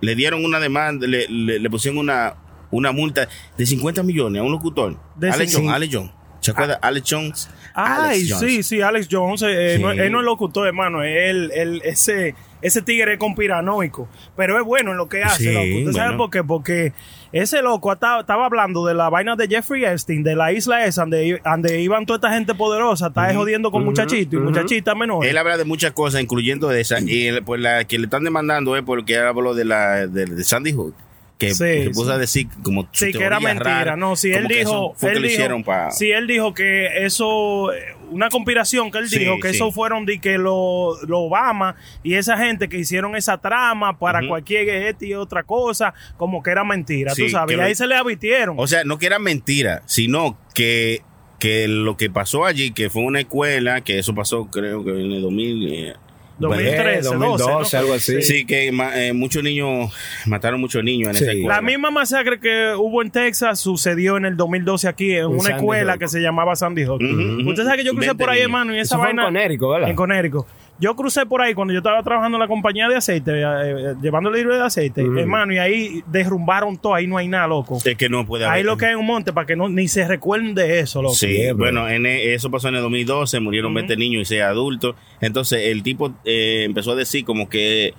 le dieron una demanda, le, le- le pusieron una, una multa de 50 millones a un locutor. De Alex cincu- Jones, Alex Jones. ¿Se acuerda? Alex Jones. Ay, Alex Jones. sí, sí, Alex Jones. eh, Sí. no- él no es locutor, hermano. Él, él, ese, ese tigre es conspiranoico. Pero es bueno en lo que hace, Sí, loco. ¿Usted sabe bueno. por qué? Porque ese loco ata- estaba hablando de la vaina de Jeffrey Epstein, de la isla esa, donde, donde iban toda esta gente poderosa. Está jodiendo con muchachitos y muchachitas menores. Él habla de muchas cosas, incluyendo de esa. Y él, pues la que le están demandando es porque él habló de la de, de Sandy Hook. Que Sí, se puso sí. a decir como su Sí, que era teoría mentira. rara, no, si él como que eso dijo. fue que él lo dijo- hicieron para. sí, él dijo que eso. eh, Una conspiración que él Sí, dijo que sí. eso fueron de que lo, lo Obama y esa gente que hicieron esa trama para Ujú. cualquier este y otra cosa, como que era mentira, Sí, tú sabes. que Y lo- Oh, ahí se le advirtieron. O sea, no que era mentira, sino que, que lo que pasó allí, que fue una escuela, que eso pasó creo que en el 2000, eh, 2013, 2012, ¿no? algo así. Sí, que ma- eh, muchos niños, mataron muchos niños en Sí. esa escuela. La misma masacre que hubo en Texas sucedió en el 2012 aquí en En una Sandy escuela Hook. que se llamaba Sandy Hook. Ujú, ujú. Usted sabe que yo crucé Veinte por ahí, niños. hermano, y esa Eso fue en vaina. Conérico, ¿verdad? En Conérico. Yo crucé por ahí cuando yo estaba trabajando en la compañía de aceite, eh, eh, llevando el libro de aceite, Ujú. hermano, y ahí derrumbaron todo, ahí no hay nada, loco. Es que no puede haber. Ahí lo que hay es un monte para que no ni se recuerden de eso, loco. Sí, bueno, en e- eso pasó en el 2012, murieron 20 niños y 6 adultos. Entonces el tipo eh, empezó a decir como que,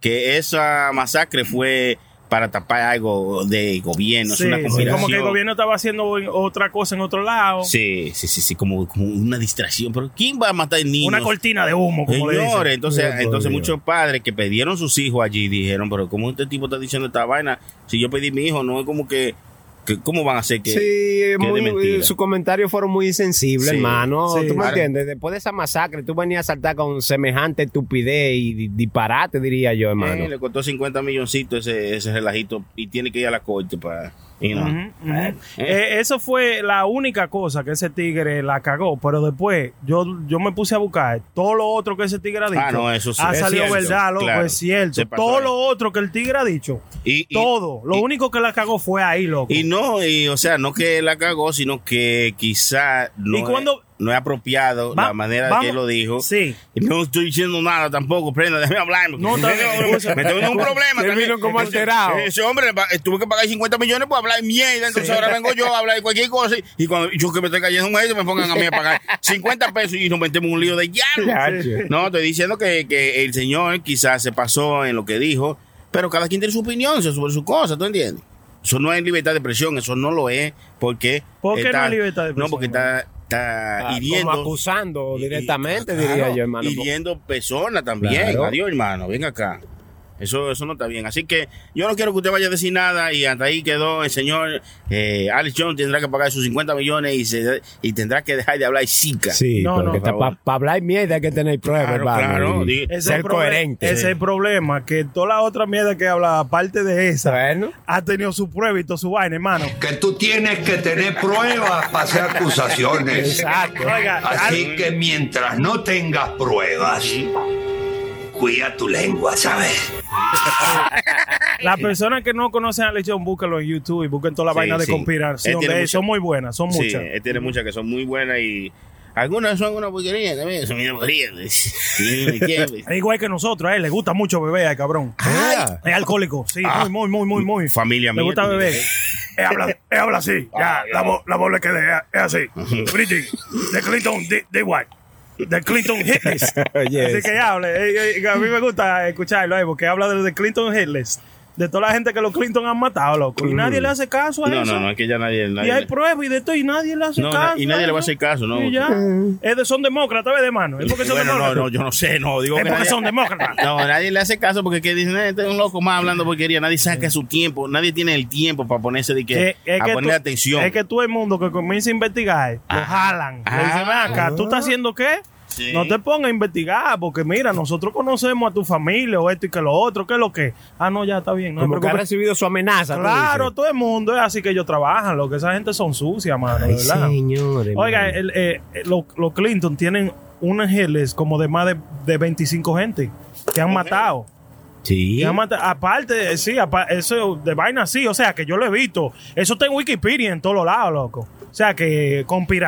que esa masacre fue para tapar algo de gobierno, Sí, es una sí, conspiración. como que el gobierno estaba haciendo en- otra cosa en otro lado. Sí, sí, sí, sí, como, como una distracción. Pero ¿quién va a matar niños? Una cortina de humo, como le dicen. Señores, entonces, Ya, por entonces Dios. muchos padres que pidieron sus hijos allí dijeron, pero ¿cómo este tipo está diciendo esta vaina? Si yo pedí mi hijo, no es como que, que- ¿cómo van a hacer que, que Sí, de mentira? sus comentarios fueron muy insensibles, Sí, hermano. sí. ¿Tú me Claro. entiendes? Después de esa masacre, tú venías a saltar con semejante estupidez y di- disparate, diría yo, hermano. Eh, le costó 50 milloncitos ese, ese relajito y tiene que ir a la corte para... you know. Ujú, ujú. Eh, eso fue la única cosa que ese tigre la cagó, pero después yo, yo me puse a buscar todo lo otro que ese tigre ha dicho. Ah, no, eso sí. Ha Es salido cierto, verdad, loco, claro. es cierto. Se pasó Todo ahí. lo otro que el tigre ha dicho. Y- y- todo. Lo único que la cagó fue ahí, loco. Y no, y, o sea, no que la cagó, sino que quizá... No y cuando no es apropiado la manera vamos- que él lo dijo. Sí. No estoy diciendo nada tampoco, prenda, déjame hablar. porque No, me está tengo- bien. Me tengo <laughs> en un problema. Él también. vino como Entonces, eh, alterado. Ese hombre le pa- tuve que pagar 50 millones por hablar mierda, entonces Sí. ahora vengo yo a hablar de cualquier cosa. y- Y cuando yo que me estoy cayendo un mes, me pongan a mí a pagar 50 pesos y nos metemos un lío de diablo. Sí. No, estoy diciendo que, que el señor quizás se pasó en lo que dijo, pero cada quien tiene su opinión sobre su cosa, ¿tú entiendes? Eso no es libertad de expresión, eso no lo es porque... ¿Por qué está- no es libertad de No, porque está, está Ah, hiriendo... como acusando directamente, y- diría claro, yo, hermano. Hiriendo personas también. Claro. Adiós, hermano, ven acá. Eso, eso no está bien. Así que yo no quiero que usted vaya a decir nada y hasta ahí quedó el señor eh, Alex Jones tendrá que pagar sus 50 millones y, se- y tendrá que dejar de hablar zica. Sí, porque Por favor. para hablar mierda hay que tener pruebas, Claro, hermano, claro, y di- Ese Ese ser es el proble- coherente. Ese es el problema, que toda la otra mierda que habla, aparte de esa, ha tenido su prueba y toda su vaina, hermano. Que tú tienes que tener pruebas para hacer acusaciones. Exacto. Oiga, Así que mientras no tengas pruebas, cuida tu lengua, ¿sabes? Las personas que no conocen a Lechón, búsquenlo en YouTube y busquen toda la Sí, vaina de sí. Él conspiración. tiene de él. mucha- son muy buenas, son Sí, muchas. él tiene muchas que son muy buenas y algunas son una porquería también, son una porquería. <laughs> Es Igual que nosotros, a él le gusta mucho beber, al cabrón. Es alcohólico, sí, muy, muy, muy, muy, muy. Ah. Familia Le mía Ah, gusta también. beber. Él habla, él habla así, ya, la, voz, la voz le queda, es así. <laughs> Pretty, de Clinton, de, de igual. De Clinton Hitless. <laughs> Yes. Así que ya hable. Eh, eh, A mí me gusta escucharlo, eh, porque habla de, de Clinton Hitless. De toda la gente que los Clinton han matado, loco. Y nadie le hace caso a No, eso. no, no, es que ya nadie. nadie y hay pruebas y de esto, y nadie le hace No, caso. na- y nadie le va a hacer caso, ¿no? Y ya. Es de, son demócratas, ¿ves, hermano? Es porque son Bueno, no, demócratas. no, yo no sé, no. Digo Es que porque nadie- son demócratas. No, nadie le hace caso porque que dicen, "Eh, este es un loco más hablando porquería. Nadie saca su tiempo, nadie tiene el tiempo para ponerse de que, Eh, es a que poner tú- atención. Ah. Es que todo el mundo que comienza a investigar, lo jalan. Le dicen, "Ven acá, ¿tú estás haciendo qué? Sí. No te pongas a investigar, porque mira, nosotros conocemos a tu familia o esto y que lo otro, que lo que. Ah, no, ya está bien. No te Como que ha preocupes. recibido su amenaza. tú Claro, dices. todo el mundo es así que ellos trabajan, lo que esa gente son sucias, mano, de Ay, ¿verdad? señores. Oiga, mano. el- eh, eh, los los Clinton tienen unas geles como de más de, de 25 gente que han matado. Sí. Que han matado. Aparte, eh, sí, apa- eso de vaina sí, o sea, que yo lo he visto. Eso está en Wikipedia en todos los lados, loco. O sea, que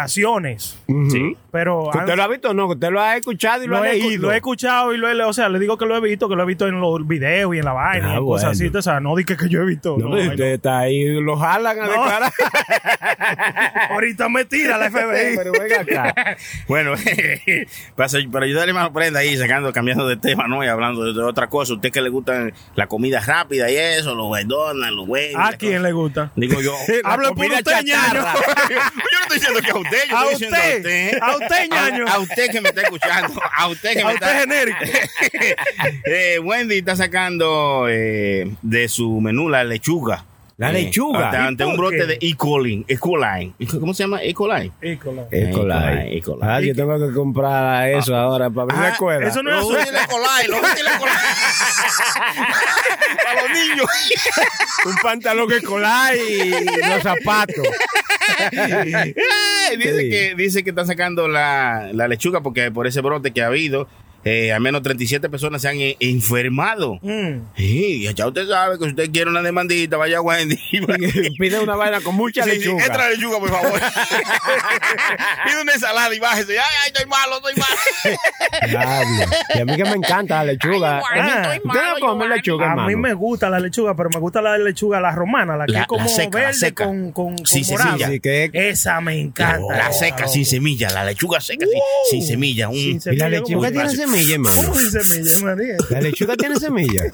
conspiraciones. Sí. Pero Que usted han- lo ha visto, no, que usted lo ha escuchado y lo, ha he, escu- leído. lo he escuchado y lo he leído. O sea, le digo que lo he visto, que lo he visto en los videos y en la vaina Ah, y cosas así. bueno. O sea, no dije que yo he visto. No, no, ay, usted está ahí, lo jalan a No. declarar. <laughs> Ahorita me tira la FBI. <laughs> Pero venga acá. Bueno, <laughs> para, ser- para ayudarle más prenda ahí, sacando, cambiando de tema, ¿no? Y hablando de, de otra cosa. Usted que le gustan la comida rápida y eso, los McDonald's, los güeyes. ¿A Ah, quién le gusta? Digo <laughs> yo. La Hable por comida usted, ñaño. <laughs> chatarra. yo no estoy diciendo que a usted, yo A estoy diciendo usted, a Ah, usted, ñaño. A, a usted que me está escuchando. A usted que A me usted está. <laughs> genérico. <laughs> Eh, Wendy está sacando eh, de su menú la lechuga. La Eh, lechuga. Ante, ¿Y ante por un brote qué? de E. coli. E. coli. ¿Cómo se llama? E. coli. E. Écola. El colai. Ah, yo tengo que comprar eso ahora para abrir la escuela. Eso no es azúcar. <laughs> Para los niños. Un pantalón que colai y los zapatos. Ay, dice, Sí. que, dice que están sacando la, la lechuga porque por ese brote que ha habido, eh, al menos 37 personas se han eh, enfermado. Mm. Sí, ya usted sabe que si usted quiere una demandita, vaya a Wendy. Pide una vaina con mucha Sí, sí, lechuga. extra lechuga, por <laughs> favor. Pide una ensalada y bájese. Ay, ay, estoy malo, estoy malo. Diablo. Y a mí que me encanta la lechuga. Ay, Giovanni, estoy ¿Usted no come lechuga, A hermano? mí me gusta la lechuga, pero me gusta la lechuga, la romana, la que La- es como la seca, la verde seca. con, con, con Sí, morado. sencilla. Sí, Esa me encanta. <laughs> La seca sin semilla, la lechuga seca sin- sin, semilla. Un, Sin semilla, ¿Y la lechuga como- tiene semilla, hermano? Uy, <laughs> semilla, María. La lechuga tiene semilla.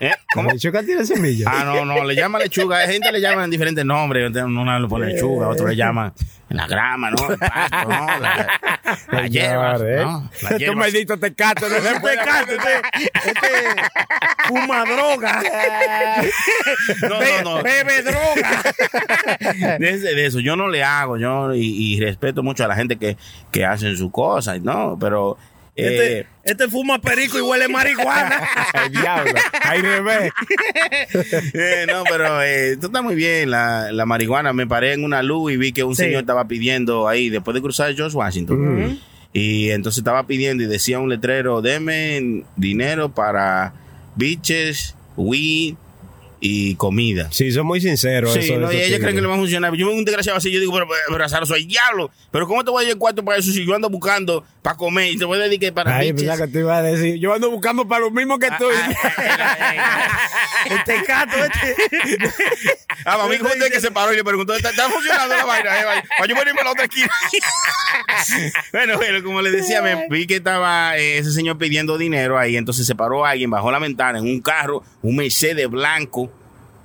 ¿Eh? La lechuga tiene semilla. Ah, no, no, le llaman lechuga. Hay gente que le llaman diferentes nombres. Uno le pone lechuga, otro le llama la grama, <laughs> ¿no? El pasto, ¿no? La, la hierba, Señores. ¿no? La Estos hierba. malditos tecatos no <laughs> se pueden- Tecate, este, este fuma droga. No, no, no. Bebe droga. <laughs> De, ese- de eso, yo no le hago, yo y, y respeto mucho a la gente que, que hacen su cosa, ¿no? Pero. eh, Este, este fuma perico y huele marihuana. Ay, diablo. Ahí revés. Este- Eh, no, pero eh, esto está muy bien, la, la marihuana. Me paré en una luz y vi que un Sí. señor estaba pidiendo ahí, después de cruzar George Washington. Y entonces estaba pidiendo y decía un letrero, deme dinero para bitches, weed y comida. Sí, son muy sinceros. Sí, eso- no, esos y ellos creen tigres. que le va a funcionar. Yo veo un desgraciado así, yo digo, pero, pero, pero Azaroso, ay, diablo. Pero ¿cómo te voy a llevar cuarto para eso si yo ando buscando para comer y te voy a dedicar para Ay, biches? Ah, pensaba que te iba a decir. Yo ando buscando para lo mismo que tú. eh, <laughs> Este cato, este. Ah, para mí, ¿cómo usted que se paró y le preguntó, ¿está, está funcionando la vaina? Eh, vaya, Para yo ponerme a la otra esquina. <laughs> bueno, bueno, como les decía, me vi que estaba eh, ese señor pidiendo dinero ahí. Entonces se paró alguien, bajó la ventana en un carro, un Mercedes blanco,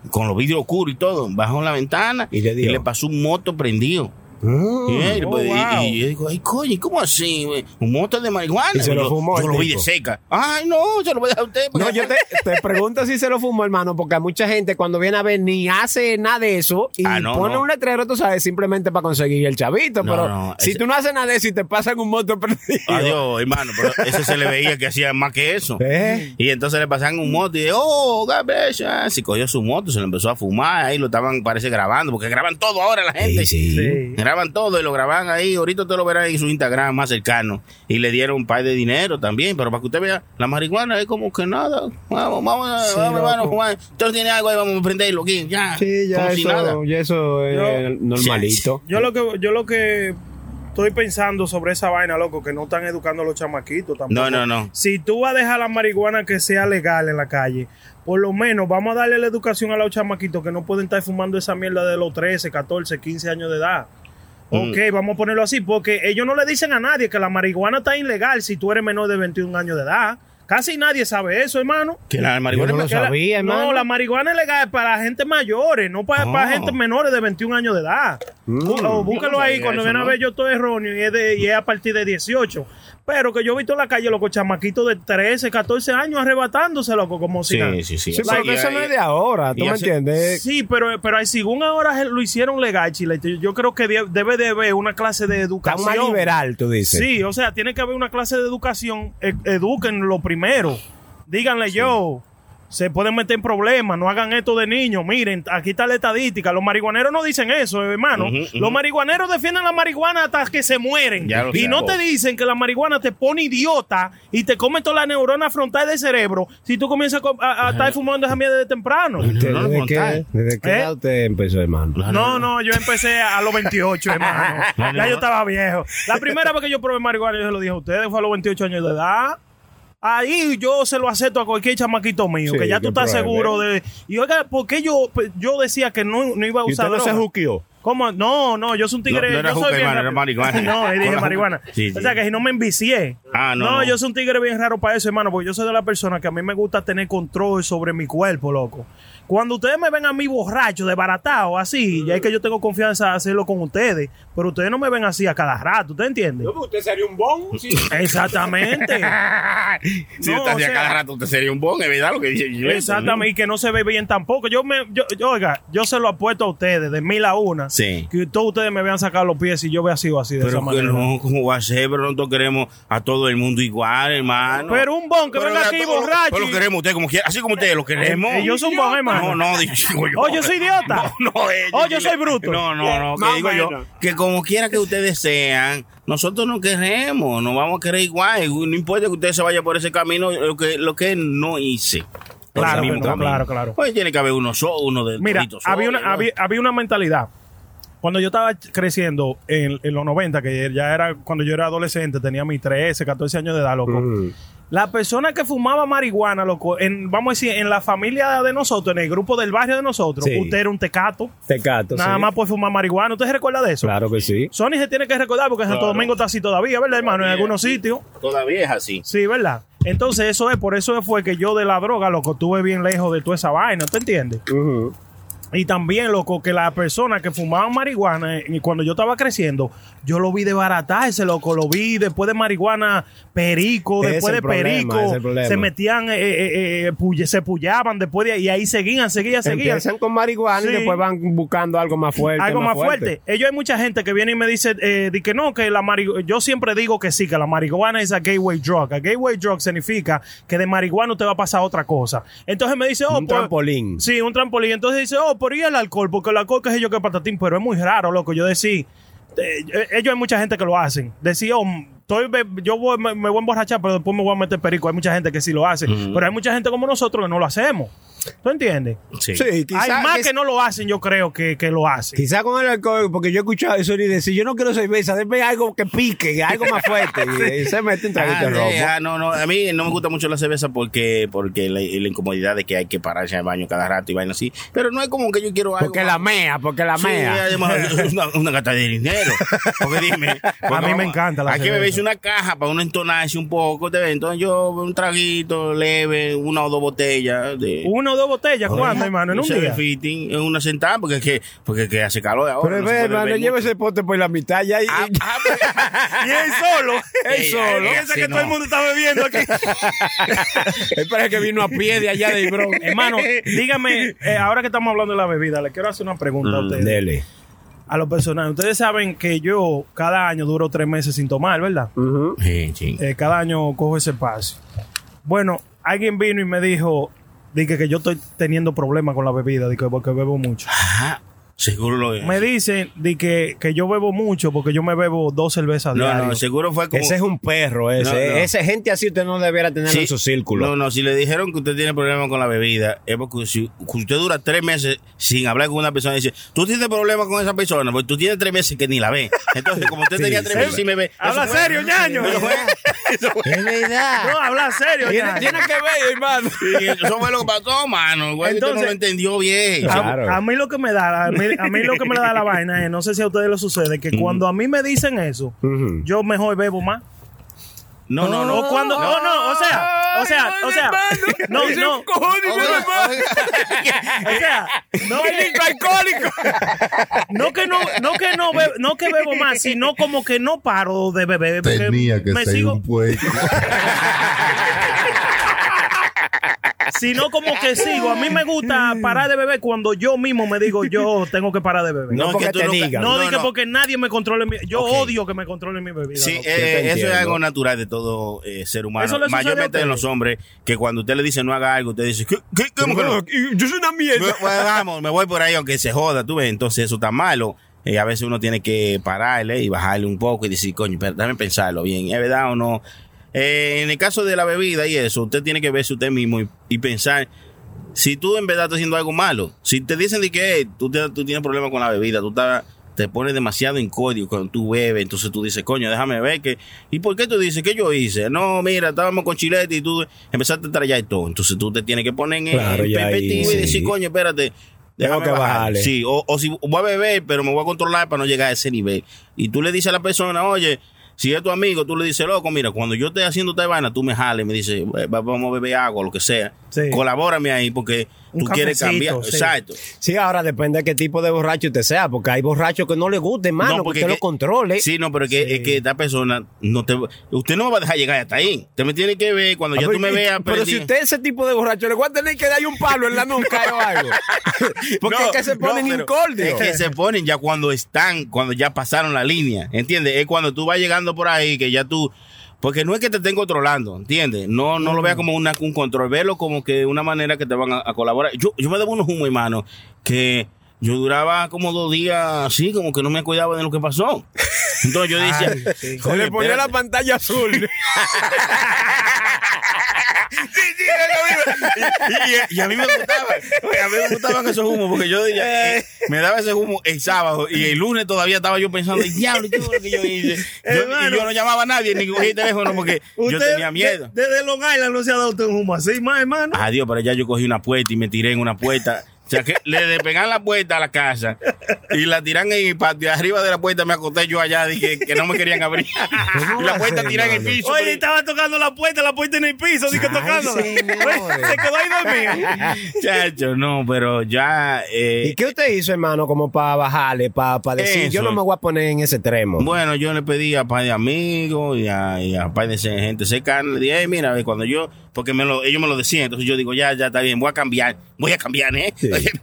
con los vidrios oscuros y todo. Bajó la ventana y le, pasó un moto prendido. Y él, oh, pues, y- wow. y yo digo, ay, coño, ¿y ¿cómo así? güey? Un moto de marihuana. Y se lo Yo- fumó Yo el lo vi de tipo. seca. Ay, no, se lo voy a dejar a usted. porque- No, yo te, te pregunto si se lo fumó, hermano, porque a mucha gente cuando viene a ver ni hace nada de eso y Ah, no, pone no. un letrero, tú sabes, simplemente para conseguir el chavito. No, pero no, si ese- tú no haces nada de eso y te pasan un moto perdido. Adiós, hermano, pero eso se le veía que hacía más que eso. ¿Eh? Y entonces le pasaban un moto y de, oh, gabeza. Si cogió su moto, se lo empezó a fumar. Ahí lo estaban, parece, grabando, porque graban todo ahora la gente. Sí. Graban todo y lo graban ahí. Ahorita usted lo verá en su Instagram más cercano. Y le dieron un par de dinero también, pero para que usted vea, la marihuana es como que nada. Vamos, vamos, vamos, hermano, Juan. Usted no tiene algo ahí, vamos a prenderlo aquí, <laughs> ya. Sí, ya Como si nada. eso, ya eso es normalito. <laughs> Yo lo que yo lo que estoy pensando sobre esa vaina, loco, que no están educando a los chamaquitos tampoco. No, no, no. Si tú vas a dejar la marihuana que sea legal en la calle, por lo menos vamos a darle la educación a los chamaquitos que no pueden estar fumando esa mierda de los 13, 14, 15 años de edad. Mm. Ok, vamos a ponerlo así, porque ellos no le dicen a nadie que la marihuana está ilegal si tú eres menor de 21 años de edad. Casi nadie sabe eso, hermano. Que la marihuana Que la- No, la marihuana es legal para gente mayores, no para, para Oh. gente menores de 21 años de edad. Bú- o búscalo No ahí, sabía cuando eso, viene ¿no? a ver yo estoy erróneo y es, de, y es a partir de 18. Pero que yo he visto en la calle, loco, chamaquitos de 13, 14 años arrebatándose, loco, como si Sí, nada. sí, sí. Sí, pero Like, eso no es de ahora, ¿tú y me hace- entiendes? Sí, pero, pero según ahora lo hicieron legal, Chile. Yo creo que de- debe de haber una clase de Tan educación. más liberal, tú dices. Sí, o sea, tiene que haber una clase de educación. E- eduquen lo primero. Díganle yo. Se pueden meter en problemas, no hagan esto de niños. Miren, aquí está la estadística. Los marihuaneros no dicen eso, hermano. Ujú, ujú. Los marihuaneros defienden la marihuana hasta que se mueren. Ya lo Y sé. no te dicen que la marihuana te pone idiota y te come toda la neurona frontal del cerebro si tú comienzas a co- a, a estar fumando esa mierda desde temprano. ¿Usted No, ¿Desde qué, desde qué ¿Eh? edad usted empezó, hermano? no, no, yo empecé a los <laughs> 28, hermano. No, no. Ya yo estaba viejo. La primera vez que yo probé marihuana, yo se lo dije a ustedes, fue a los 28 años de edad. Ahí yo se lo acepto a cualquier chamaquito mío, Sí, que ya que tú estás pruebe. seguro de... Y oiga, ¿por qué yo, pues, yo decía que no, no iba a ¿Y usar usted no se droga? juqueó? ¿Cómo? No, no, yo soy un tigre... No, no era yo soy juca, bien hermano, era rápido. marihuana. <laughs> no, ahí Con dije la juca. marihuana. Sí, sí. O sea, que si no me envicié. Ah, no, no. yo soy un tigre bien raro para eso, hermano, porque yo soy de la persona que a mí me gusta tener control sobre mi cuerpo, loco. Cuando ustedes me ven a mí borracho, desbaratado, así, ya es que yo tengo confianza de hacerlo con ustedes, pero ustedes no me ven así a cada rato, ¿usted entiende? Usted sería un bon. <laughs> Exactamente. Si No, usted o hacía sea- cada rato, usted sería un bon, es verdad lo que dice. Gilberto, ¿no? Exactamente, y que no se ve bien tampoco. Yo me, yo, yo, oiga, yo se lo apuesto a ustedes de mil a una. Sí. Que todos ustedes me vean sacar los pies y yo vea sido así de esa Pero que manera. no, ¿cómo va a ser? Pero nosotros queremos a todo el mundo igual, hermano. Pero un bon que Pero venga a aquí todo- borracho. Pero lo queremos a usted como quiera, así como ustedes lo queremos. Eh, yo soy un bon, hermano. No, no, digo <laughs> yo. Oh, <laughs> yo soy idiota. No, eh, Oh, yo soy bruto. No, no, no, Más que digo o yo, menos. que como quiera que ustedes sean, nosotros no queremos, nos vamos a querer igual. No importa que usted se vaya por ese camino, lo que, lo que no hice. Por Claro, ese mismo no, claro, claro. Pues tiene que haber uno solo, uno de Mira, todito solo, había una, ¿no? había, había una mentalidad. Cuando yo estaba creciendo en, en los 90, que ya era cuando yo era adolescente, tenía mis 13, 14 años de edad, loco. Mm. Mm, La persona que fumaba marihuana, loco, en, vamos a decir, en la familia de nosotros, en el grupo del barrio de nosotros, Sí. usted era un tecato. Tecato, Nada sí. más por fumar marihuana. ¿Usted se recuerda de eso? Claro que sí. Sony se tiene que recordar porque Santo Claro. Domingo está así todavía, ¿verdad, hermano? En Todavía, algunos sí. sitios. Todavía es así. Sí, ¿verdad? Entonces, eso es, por eso fue que yo de la droga, loco, estuve bien lejos de toda esa vaina, ¿te entiendes? Y también, loco, que la persona que fumaba marihuana, eh, y cuando yo estaba creciendo, yo lo vi de ese loco, lo vi después de marihuana, perico, Ese después es de el problema, ese es el perico, problema. se metían, eh, eh, eh, pull- se pullaban después de y ahí seguían, seguían, seguían. Empiezan con marihuana y Sí. después van buscando algo más fuerte. Algo más fuerte. Ellos hay mucha gente que viene y me dice eh, di que no, que la marihuana. Yo siempre digo que sí, que la marihuana es a gateway drug. A gateway drug significa que de marihuana te va a pasar otra cosa. Entonces me dice, oh, Un pues- trampolín. Sí, un trampolín. Entonces dice, oh, por ahí el alcohol, porque el alcohol que es yo eh, que patatín, pero es muy raro, loco. Yo decía, ellos hay mucha gente que lo hacen. Decía, oh, estoy, be- yo voy- me, me voy a emborrachar, pero después me voy a meter perico. Hay mucha gente que sí lo hace, Ujú. pero hay mucha gente como nosotros que no lo hacemos. ¿Tú entiendes? Sí. Hay más que no lo hacen, yo creo que, que lo hacen. Quizá con el alcohol, porque yo he escuchado eso y decir, yo no quiero cerveza, denme algo que pique, algo más <laughs> fuerte. y, y se mete un traguito Ah, de sí, romo. ah, no, no, a mí no me gusta mucho la cerveza porque porque la, la incomodidad de que hay que pararse al baño cada rato y vaina así. Pero no es como que yo quiero algo. Porque la mea, porque la Sí, mea. además, <laughs> es una, una gata de dinero. Porque dime. pues, A mí me encanta la Hay que cerveza. beberse una caja para uno entonarse un poco. te ves. Entonces yo un traguito leve, una o dos botellas. De, Uno o dos botellas, ¿cuánto, hermano? En un self día. <laughs> fitting, en una sentada porque es que, porque es que hace calor ahora. Pero no se ve, puede hermano, beber Ah, lleva ese pote por la mitad ya. <laughs> Y, Y él pues, <laughs> solo. <laughs> Él solo. Él piensa Sí, que no. todo el mundo está bebiendo aquí. es para que vino a pie de allá de <laughs> Bronx. Hermano, eh. dígame, eh, ahora que estamos hablando de la bebida, le quiero hacer una pregunta a Mm, ustedes. A los personajes. Ustedes saben que yo cada año duro tres meses sin tomar, ¿verdad? Mm. Sí, sí. Eh, cada año cojo ese paso. Bueno, alguien vino y me dijo dije, que yo estoy teniendo problemas con la bebida, dije, porque bebo mucho. Seguro lo es. Me dicen de que, que yo bebo mucho porque yo me bebo dos cervezas No, diario. no, seguro fue como. Ese es un perro, No, ese, no. ese Esa gente así usted no debiera tener Sí. en su círculo. No, no, si le dijeron que usted tiene problemas con la bebida, es porque si que usted dura tres meses sin hablar con una persona y dice, tú tienes problemas con esa persona, porque tú tienes tres meses que ni la ves. Entonces, como usted Sí, tenía tres sí. meses sin beber. Habla eso fue- serio, ñaño. Eso fue- eso fue- Es verdad. No, habla serio, Tiene- ñaño. tiene que ver, hermano. Sí, eso fue lo que pasó, mano. Igual que usted no lo entendió bien. A, a mí lo que me da, a mí, a mí lo que me da la vaina es, no sé si a ustedes les sucede, que cuando a mí me dicen eso, yo mejor bebo más. No, no, no. O cuando, no, no, o sea, o sea, o sea, no, no. O sea, no alcohólico. No que no, no que no, be- no que bebo más, sino como que no paro de beber. porque Tenía que me ser sigo, un puente. <laughs> sino como que sigo. A mí me gusta parar de beber cuando yo mismo me digo yo tengo que parar de beber. No, No es porque que tú te nunca- digan. No, Ah, No, dije no. porque nadie me controle mi. Yo odio que me controle mi bebida. Sí, loco. eh, eso es algo natural de todo eh, ser humano. Eso le sucede a Mayormente de ustedes. los hombres, que cuando usted le dice no haga algo, usted dice, ¿qué? qué cómo que no? Yo soy una mierda. Bueno, bueno, vamos, me voy por ahí aunque se joda, tú ves. Entonces eso está malo. Eh, a veces uno tiene que pararle y bajarle un poco y decir, coño, pero déjame pensarlo bien, ¿es verdad o no? Eh, en el caso de la bebida y eso, usted tiene que verse usted mismo y, y pensar si tú en verdad estás haciendo algo malo. Si te dicen de que "Hey, tú, te- tú tienes problemas con la bebida, tú estás- te pones demasiado en código cuando tú bebes, entonces tú dices, coño, déjame ver que... ¿Y por qué tú dices que yo hice? No, mira, estábamos con chilete y tú empezaste a trallar y todo. Entonces tú te tienes que poner en, Claro, en ya ahí, perspectiva y sí. decir, coño, espérate. Déjame que bajar. bajarle. Sí, o, o si voy a beber, pero me voy a controlar para no llegar a ese nivel. Y tú le dices a la persona, oye, si es tu amigo, tú le dices, loco, mira, cuando yo esté haciendo esta vaina, tú me jales, me dices, "Eh, va- vamos a beber agua, lo que sea. Sí. Colabórame ahí porque Un tú quieres cafecito, cambiar. sí. Exacto. Sí, ahora depende de qué tipo de borracho usted sea, porque hay borrachos que no le gusten, mano, que usted es lo controle. Sí, no, pero es que, es que esta persona no te. Usted no me va a dejar llegar hasta ahí. Usted me tiene que ver cuando Ah, ya pero- tú me veas. pero si perdido. usted es ese tipo de borracho, le voy a tener que dar un palo en la nuca <laughs> o algo. <laughs> Porque No, es que se no, ponen pero incordios. Es que se ponen ya cuando están, cuando ya pasaron la línea, ¿entiendes? Es cuando tú vas llegando por ahí que ya tú... Porque no es que te estén controlando, ¿entiendes? No, no lo veas como una- un control, velo como que una manera que te van a, a colaborar. Yo, yo me debo unos humos, hermano, que yo duraba como dos días así, como que no me cuidaba de lo que pasó. Entonces <laughs> yo decía... Se le ponía la <laughs> pantalla azul. y, y a mí me gustaba, oye, a mí me gustaban esos humos, porque yo ya- eh, me daba ese humo el sábado y el lunes todavía estaba yo pensando, diablo, ¿qué fue lo que yo hice? Yo, Hermano. y yo no llamaba a nadie ni cogí el teléfono porque yo Usted- tenía miedo. de- Desde Long Island no se ha dado usted un humo así más, hermano. Adiós, pero ya yo cogí una puerta y me tiré en una puerta. O sea, que le despegan la puerta a la casa y la tiran en el patio. Arriba de la puerta me acosté yo allá, dije que no me querían abrir. <laughs> Y la puerta tirada en el piso. Oye, estaba tocando la puerta, la puerta en el piso, dije tocándola. <laughs> Oye, Se quedó ahí dormido. Chacho, no, pero ya. eh, ¿Y qué usted hizo, hermano, como para bajarle, para decir, yo Eso. no me voy a poner en ese extremo? Bueno, yo le pedí a par de amigos y a, y a par de se- gente cercana. Le dije, "Ey, mira, ve, cuando yo, porque me lo- ellos me lo decían, entonces yo digo, ya, ya está bien, voy a cambiar, voy a cambiar, ¿eh?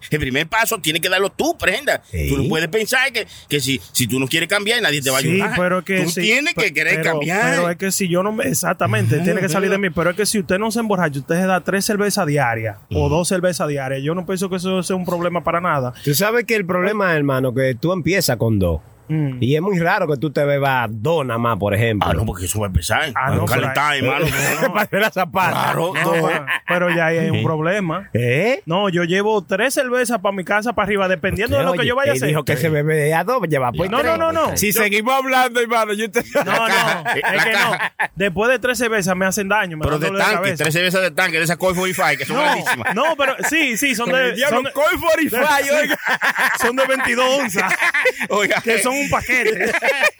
El primer paso tiene que darlo tú, prenda. Tú no puedes pensar que, que si, si tú no quieres cambiar, nadie te va a Sí, ayudar. pero es que tú sí, tienes que pe- querer pero- cambiar. Pero es que si yo no me. Exactamente, tiene que salir de mí. Pero es que si usted no se emborracha, usted se da tres cervezas diarias o dos cervezas diarias. Yo no pienso que eso sea un problema para nada. Tú sabes que el problema, hermano, que tú empiezas con dos. Mm. Y es muy raro que tú te bebas dos nada más, por ejemplo. Ah, <laughs> no, porque eso va a empezar. Ah, no, Calentar, pero- <laughs> hermano. Para hacer la zapata. Claro, No, no. pa- pero ya ahí hay un problema. ¿Eh? No, yo llevo tres cervezas para mi casa, para arriba, dependiendo de lo que yo vaya a hacer. dijo que se bebe a dos, lleva pues No, no, no, no. Si Yo- seguimos hablando, hermano, yo te... No, no. Es que no. Después de tres cervezas me hacen daño. Me Pero dan de dolor de tanque, cabeza. tres cervezas de tanque, de esas Coy 45 que son grandísimas. No, pero sí, sí, son de. El diablo, son de- Colt 45, de- oiga. Son de <laughs> 22 onzas. Oiga. Que son un paquete. <laughs>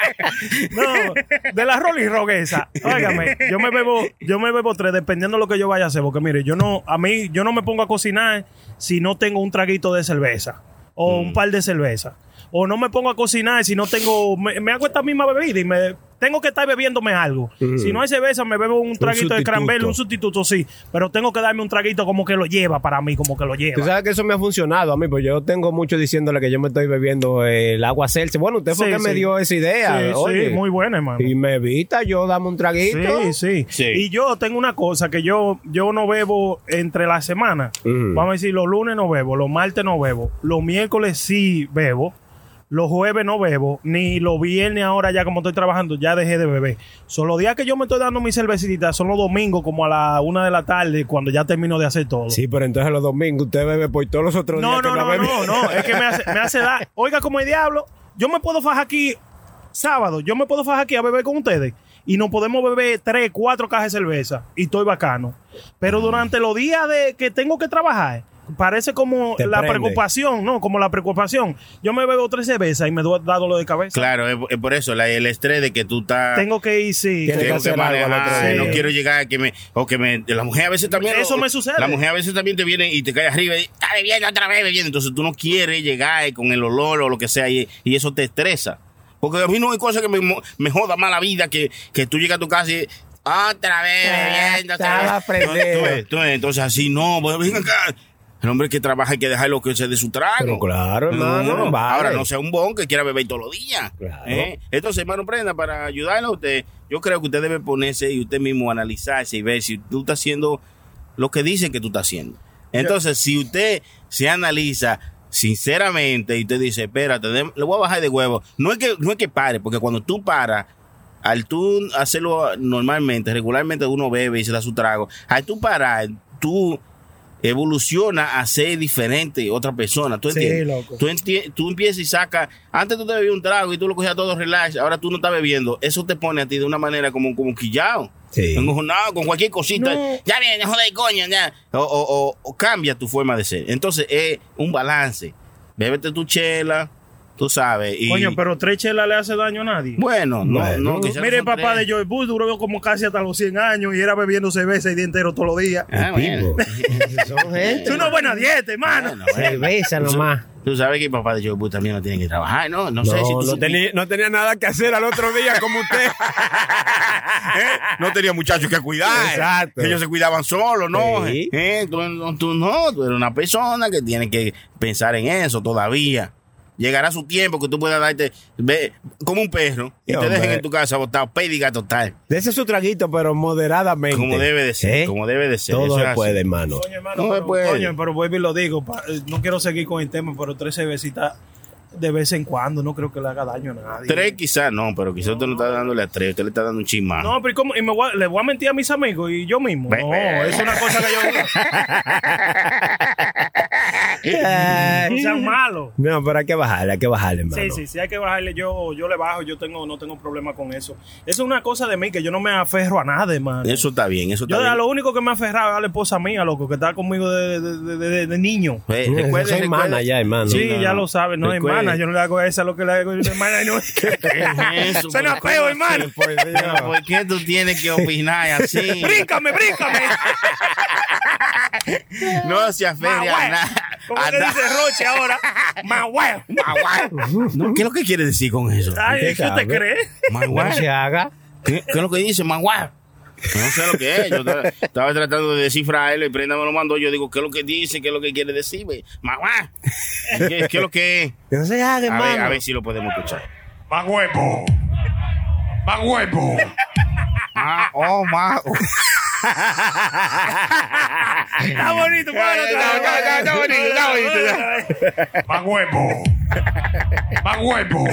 No, de la Rolling Rock esa. Óigame, yo me bebo, yo me bebo tres, dependiendo de lo que yo vaya a hacer. Porque mire, yo no, a mí, yo no me pongo a cocinar si no tengo un traguito de cerveza. O Mm. un par de cerveza. O no me pongo a cocinar si no tengo. Me, me hago esta misma bebida y me. Tengo que estar bebiéndome algo. Mm. Si no hay cerveza, me bebo un traguito de sustituto. cranberry, un sustituto, sí. Pero tengo que darme un traguito como que lo lleva para mí, como que lo lleva. Tú sabes que eso me ha funcionado a mí, pues yo tengo mucho diciéndole que yo me estoy bebiendo eh, el agua Celsius. Bueno, usted fue Sí, que me sí. dio esa idea. Sí, sí, oye. muy buena, hermano. Y me evita yo dame un traguito. Sí, sí, Y yo tengo una cosa que yo, yo no bebo entre la semana. Mm. Vamos a decir, los lunes no bebo, los martes no bebo, los miércoles sí bebo, los jueves no bebo, ni los viernes ahora ya como estoy trabajando, ya dejé de beber. Son los días que yo me estoy dando mi cervecita, son los domingos como a la una de la tarde cuando ya termino de hacer todo. Sí, pero entonces los domingos usted bebe por todos los otros No, días. que no, no, bebe. no, no, es que me hace, me hace <laughs> dar. Oiga, como el diablo, yo me puedo fajar aquí sábado, yo me puedo fajar aquí a beber con ustedes y nos podemos beber tres, cuatro cajas de cerveza y estoy bacano. Mm. Pero durante los días de que tengo que trabajar, parece como Te la prende. preocupación, ¿no? Como la preocupación. Yo me bebo tres cervezas y me do- da dolor de cabeza. Claro, es, es por eso la- el estrés de que tú estás. Tengo que ir, sí. tengo que manejar, Sí. no quiero llegar a que me. O que me. La mujer a veces también. Eso o- me sucede. La mujer a veces también te viene y te cae arriba y está bebiendo otra vez bebiendo. Entonces tú no quieres llegar con el olor o lo que sea y, y eso te estresa. Porque a mí no hay cosa que me, mo- me joda más la vida que, que tú llegas a tu casa y. Otra vez bebiendo. otra estaba vez". Entonces, tú ves, tú ves, entonces así no. pues, venga acá. El hombre que trabaja hay que dejarlo que se dé su trago. Pero claro, hermano, vale. Ahora no sea un bon que quiera beber todos los días. ¿eh? Entonces, hermano Prenda, para ayudarlo a usted, yo creo que usted debe ponerse y usted mismo analizarse y ver si tú estás haciendo lo que dicen que tú estás haciendo. Entonces, si usted se analiza sinceramente y usted dice, espérate, dem- le voy a bajar de huevo. No es que, no es que pare, porque cuando tú paras, al tú hacerlo normalmente, regularmente uno bebe y se da su trago, al tú parar, tú evoluciona a ser diferente otra persona. ¿Tú Sí, entiendes? loco. Tú, enti- tú empiezas y sacas. Antes tú te bebías un trago y tú lo cogías todo relax. Ahora tú no estás bebiendo. Eso te pone a ti de una manera como, como quillado. Encojonado con cualquier cosita. Ya viene, joder, coño, ya. O, o- o- o cambia tu forma de ser. Entonces es un balance. Bébete tu chela, tú sabes. Y Coño, pero tres chelas le hace daño a nadie. Bueno, no, no, quizás Mire, el son papá tres. de Joy Bush duró como casi hasta los 100 años y era bebiendo cerveza y día entero todos los días. Ah, bueno. <laughs> Ah, Es una buena dieta, hermano. Cerveza nomás. eh. Tú sabes que el papá de Joe Bush también lo tiene que trabajar, ¿no? No, sé No, si tú no supiste. Ni- no tenía nada que hacer al otro día como <laughs> usted. no tenía muchachos que cuidar. Exacto. ¿eh? Ellos se cuidaban solos, ¿no? Sí. Eh, tú, no- tú no, tú eres una persona que tiene que pensar en eso todavía. Llegará su tiempo que tú puedas darte, ve, como un perro, y Sí, te dejen hombre. en tu casa botado, pédiga total. Dese su traguito, pero moderadamente. Como debe de ser, como debe de ser. ¿Eh? Todo Eso es se así. puede, hermano. Coño, hermano, pero, coño, pero vuelvo y lo digo. pa- eh, no quiero seguir con el tema, pero tres cervecitas de vez en cuando no creo que le haga daño a nadie. Tres quizás no, pero quizás usted no está dándole a tres, usted le está dando un chismán. No, pero ¿y cómo? ¿Y me voy a- le voy a mentir a mis amigos y yo mismo? Ve- No, ve. es una cosa que yo... Eh, no <laughs> sean malos. No, pero hay que bajarle, hay que bajarle, hermano. Sí, sí, sí, hay que bajarle. Yo, yo le bajo, yo tengo, no tengo problema con eso. Eso es una cosa de mí que yo no me aferro a nada, hermano. Eso está bien, eso está Yo a bien. lo único que me aferraba era a la esposa mía, loco, que estaba conmigo de, de- de- de- de niño. Eh, Mm, recuerde, soy recuerde. hermana ya, hermano. Sí, No, ya no. lo sabes, no Recuerde. hermana. Yo no le hago esa lo que le hago <laughs> a mi <laughs> hermana. y No. es eso, Suena pero ¿cómo feo, así, hermano. <laughs> Pero, ¿Por qué tú tienes que <laughs> opinar así? bríncame, bríncame. No se aferre Maguay. a nada. Como a que nada. dice Roche ahora. Maguay. No, ¿Qué es lo que quiere decir con eso? Ay, ¿qué usted sabe? cree? Maguay. No se haga. ¿Qué, qué es lo que dice Maguay? No sé lo que es. Yo estaba, estaba tratando de descifrarlo y Prenda me lo mandó. Yo digo, ¿qué es lo que dice? ¿Qué es lo que quiere decirme? Maguay. ¿Qué, qué es lo que es? No se haga, A ver, hermano. a ver si lo podemos escuchar. ¡Más huevo! ¡Más huevo! Ah, oh, ma. Está bonito, para Está bonito, está bonito. ¡Más huevo! ¡Más huevo!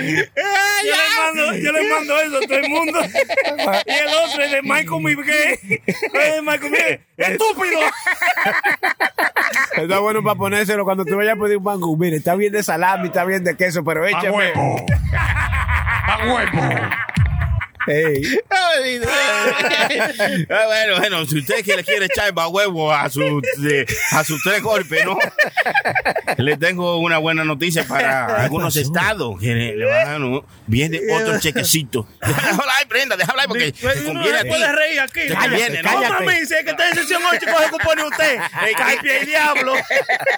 Yo le, mando, yo le mando eso a todo el mundo. Y el otro es de Michael Miguel. Es de Michael Miguel. ¡Estúpido! Está bueno para ponérselo cuando tú vayas a pedir un mango. Mire, está bien de salami, está bien de queso, pero Ah, échame. huevo. ¡A huevo! Ey. Ah, bueno, bueno, si usted que le quiere echar pa' huevo a sus eh, a sus tres golpes, ¿no? Le tengo una buena noticia <laughs> para algunos estados que le, le van a dar un- viene Eh, <laughs> otro chequecito. Déjala hablar, Brenda, déjala hablar porque te Uno conviene a ti. puede reír aquí. Te conviene, ¿no? No, mami, si es que está en sesión 8, coge compone usted. Ey, Ay, pie y diablo.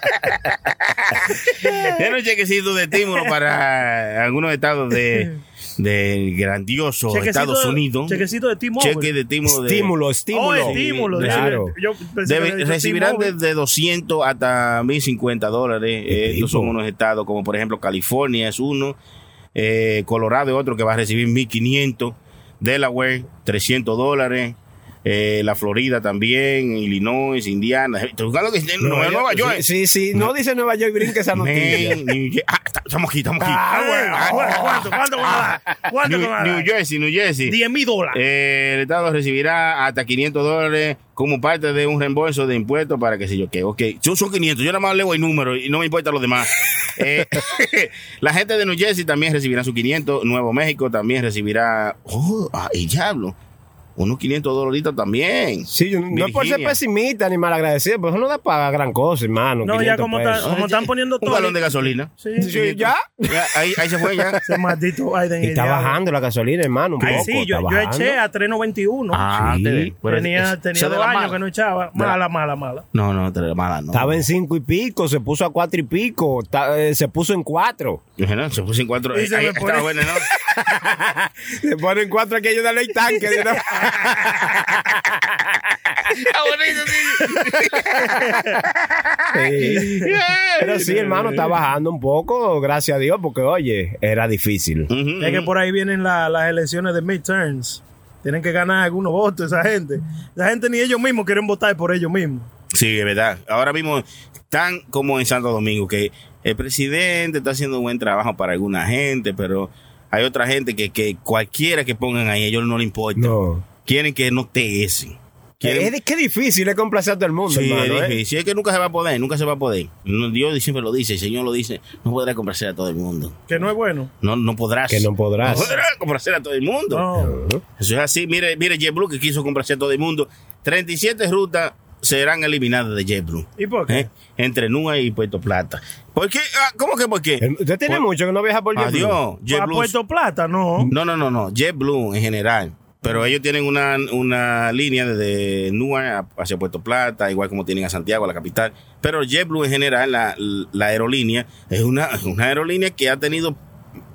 <laughs> Tiene un chequecito de estímulo para algunos estados de del grandioso Chequecito- Estados Unidos. chequecito de T-Mobile. Cheque de estímulo. de- Estímulo, estímulo. Oh, estímulo, Sí, claro. recibe- Yo pensé que Debe- había dicho recibirán T-Mobile. desde 200 hasta 1050 dólares. Eh, estos son unos estados como por ejemplo California es uno, eh, Colorado es otro que va a recibir 1500, Delaware 300 dólares. eh, la Florida también, Illinois, Indiana. ¿Te buscas lo que dice? Nueva, Nueva York. Sí, sí, no dice Nueva York, brinque esa noticia. Man, New Ye- ah, está- estamos aquí, estamos aquí. Ah, bueno, Ah, bueno, ¿cuánto, cuánto me va a dar? ¿Cuánto me New, va a New dar? Jersey, New Jersey. 10 mil dólares. Eh, el Estado recibirá hasta 500 dólares como parte de un reembolso de impuestos para que se yo qué. Ok, yo son 500, yo nada más leo el número y no me importa los <laughs> demás. Eh, <laughs> la gente de New Jersey también recibirá sus 500, Nuevo México también recibirá. ¡Oh, ah, el diablo! Unos 500 dolaritos también. Sí, No es por ser pesimista ni malagradecido, pero eso no da para gran cosa, hermano. No, ya 500 como, está- pesos. como están poniendo Eh, Un todo. galón de gasolina. Sí, Sí, ya. <laughs> Ya, ahí, ahí se fue ya. <laughs> Ese maldito Biden. Y está el diablo. bajando la gasolina, hermano. un Ay, poco, sí, yo, está yo bajando. eché a 3.91. Ah, Sí. te ve. Pero tenía es- tenía esa de dos la años mala. que no echaba. De la- Mala, mala, mala. No, no, te- mala, no. Estaba en cinco y pico, se puso a cuatro y pico, ta- eh, se puso en cuatro. Dije, no, se puso en cuatro. eh, Y se Ahí me estaba pone- <laughs> buena, ¿no? Se pone en cuatro aquello de ley tanque. de <laughs> una- Ah, <laughs> Sí. Pero sí, hermano, está bajando un poco, gracias a Dios, porque oye, era difícil. Es que por ahí vienen la- las elecciones de midterms. Tienen que ganar algunos votos esa gente. La gente ni ellos mismos quieren votar por ellos mismos. Sí, es verdad. Ahora mismo tan como en Santo Domingo que el presidente está haciendo un buen trabajo para alguna gente, pero hay otra gente que, que cualquiera que pongan ahí, a ellos no le importa. Quieren que no te esen. Quieren- Es que difícil es complacer a todo el mundo, Sí, hermano. es ¿eh? difícil. Es que nunca se va a poder, nunca se va a poder. No, Dios siempre lo dice, el Señor lo dice, no podrá complacer a todo el mundo. Que no es bueno. No, no podrás. Que no podrás. No podrás complacer a todo el mundo. Eso es así. Mire, mire JetBlue que quiso complacer a todo el mundo. 37 rutas serán eliminadas de JetBlue. ¿Y por qué? ¿Eh? Entre Nua y Puerto Plata. ¿Por qué? Ah, ¿Cómo que por qué? Eh, Usted tiene mucho que no viaja por JetBlue. Adiós. ¿A JetBlue. Puerto Plata? No. No, no, no, no. JetBlue en general. Mm. Pero ellos tienen una, una línea desde Newark a- hacia Puerto Plata, igual como tienen a Santiago, a la capital. Pero JetBlue en general, la, la aerolínea, es una, es una aerolínea que ha tenido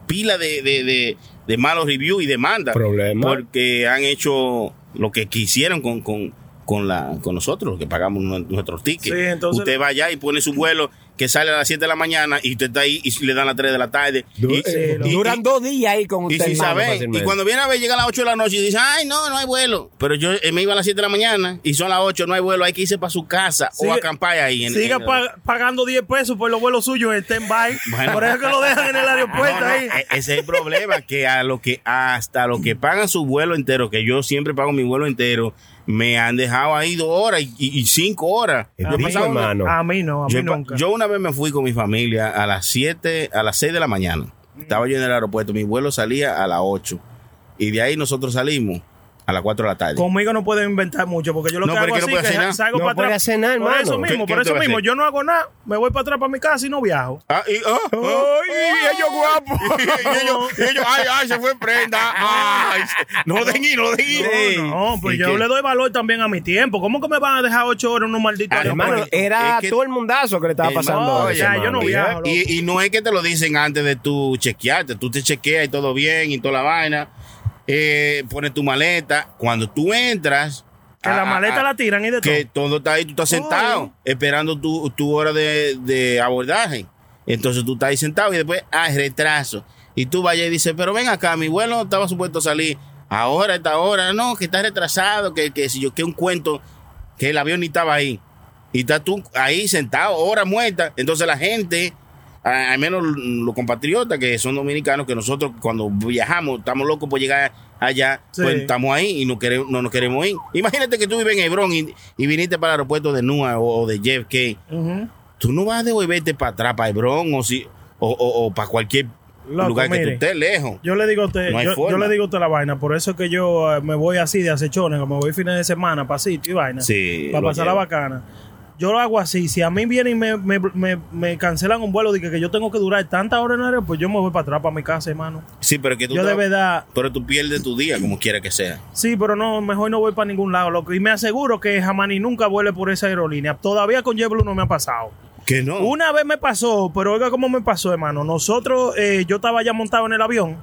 pila de, de- de- de malos reviews y demandas. Problema. Porque han hecho lo que quisieron con, con, con la, con nosotros, que pagamos nu- nuestros tickets. Sí, entonces- usted va allá y pone su vuelo que sale a las 7 de la mañana y usted está ahí y le dan las 3 de la tarde. Y- eh, y- eh, Duran dos días ahí con y usted. si hermano, saben, y fácilmente. cuando viene a ver, llega a las 8 de la noche y dice, ay, no, no hay vuelo. Pero yo eh, me iba a las 7 de la mañana y son las 8, no hay vuelo, hay que irse para su casa o Sigue- acampar ahí. en- Siga en- pa- pagando 10 pesos por los vuelos suyos en stand-by. Bueno. Por eso es que lo dejan en el aeropuerto No, no, ahí. e- Ese es el problema, que a lo que hasta lo que pagan su vuelo entero, que yo siempre pago mi vuelo entero, me han dejado ahí dos horas y, y- y cinco horas. Es Yo he difícil, pasado una- hermano. A mí no, a mí yo, he pa- nunca. yo una vez me fui con mi familia a las 7, a las 6 de la mañana. Estaba yo en el aeropuerto, mi vuelo salía a las 8 y de ahí nosotros salimos a las 4 de la tarde. Conmigo no pueden inventar mucho porque yo lo No, que hago pero es que no así puede hacer que nada. salgo No para puede atrás. hacer nada, por eso hermano. mismo, ¿Qué- por qué eso tú vas a mismo. hacer? Yo no hago nada, me voy para atrás para mi casa y no viajo. Ah, y, ah, ah, y ellos guapos. <laughs> y ellos, y ellos, ay, ay, se fue en prenda. Ay, se- no den ir, no Oh, den ir. No, no, pues ¿Y yo qué? le doy valor también a mi tiempo. ¿Cómo que me van a dejar ocho horas en un maldito Ah, Hermano, era todo el mundazo que Eh, le estaba Hermano, pasando. oye, ahora, hermano, hermano. y- y, y no es que te lo dicen antes de tú chequearte. Tú te chequeas y todo bien y toda la vaina. Eh, pones tu maleta. Cuando tú entras. Que la maleta la tiran y de ah, Que todo está ahí, tú estás sentado, esperando tu, tu hora de, de abordaje. Entonces tú estás ahí sentado y después hay retraso. Y tú vayas y dices, pero ven acá, mi vuelo estaba supuesto a salir ahora, a esta hora. No, que está retrasado, que, que si yo que un cuento, que el avión ni estaba ahí. Y estás tú ahí sentado, hora muerta. Entonces la gente a- al menos los compatriotas que son dominicanos, que nosotros cuando viajamos estamos locos por llegar allá, Sí. pues estamos ahí y no, queremos, no nos queremos ir. Imagínate que tú vives en Hebrón y, y viniste para el aeropuerto de Nua o, o de JFK. Tú no vas a devolverte para atrás, para Hebrón o, si, o, o- o para cualquier Loco, lugar que tú mire, estés lejos. Yo le digo a usted, No hay yo, forma. yo le digo a usted la vaina, por eso es que yo eh, me voy así de acechones, que me voy fines de semana para sitio y vaina. Sí, para lo pasar la llevo. bacana. Yo lo hago así, si a mí vienen y me, me- me- me cancelan un vuelo de que, que yo tengo que durar tantas horas en el aeropuerto, pues yo me voy para atrás para mi casa, hermano. Sí, pero que tú Yo de tra- verdad- Pero tú pierdes tu día, como quiera que sea. Sí, pero no, mejor no voy para ningún lado, loco. Y me aseguro que jamás ni nunca vuele por esa aerolínea. Todavía con JetBlue no me ha pasado. Que no. Una vez me pasó, pero oiga cómo me pasó, hermano. Nosotros, eh, yo estaba ya montado en el avión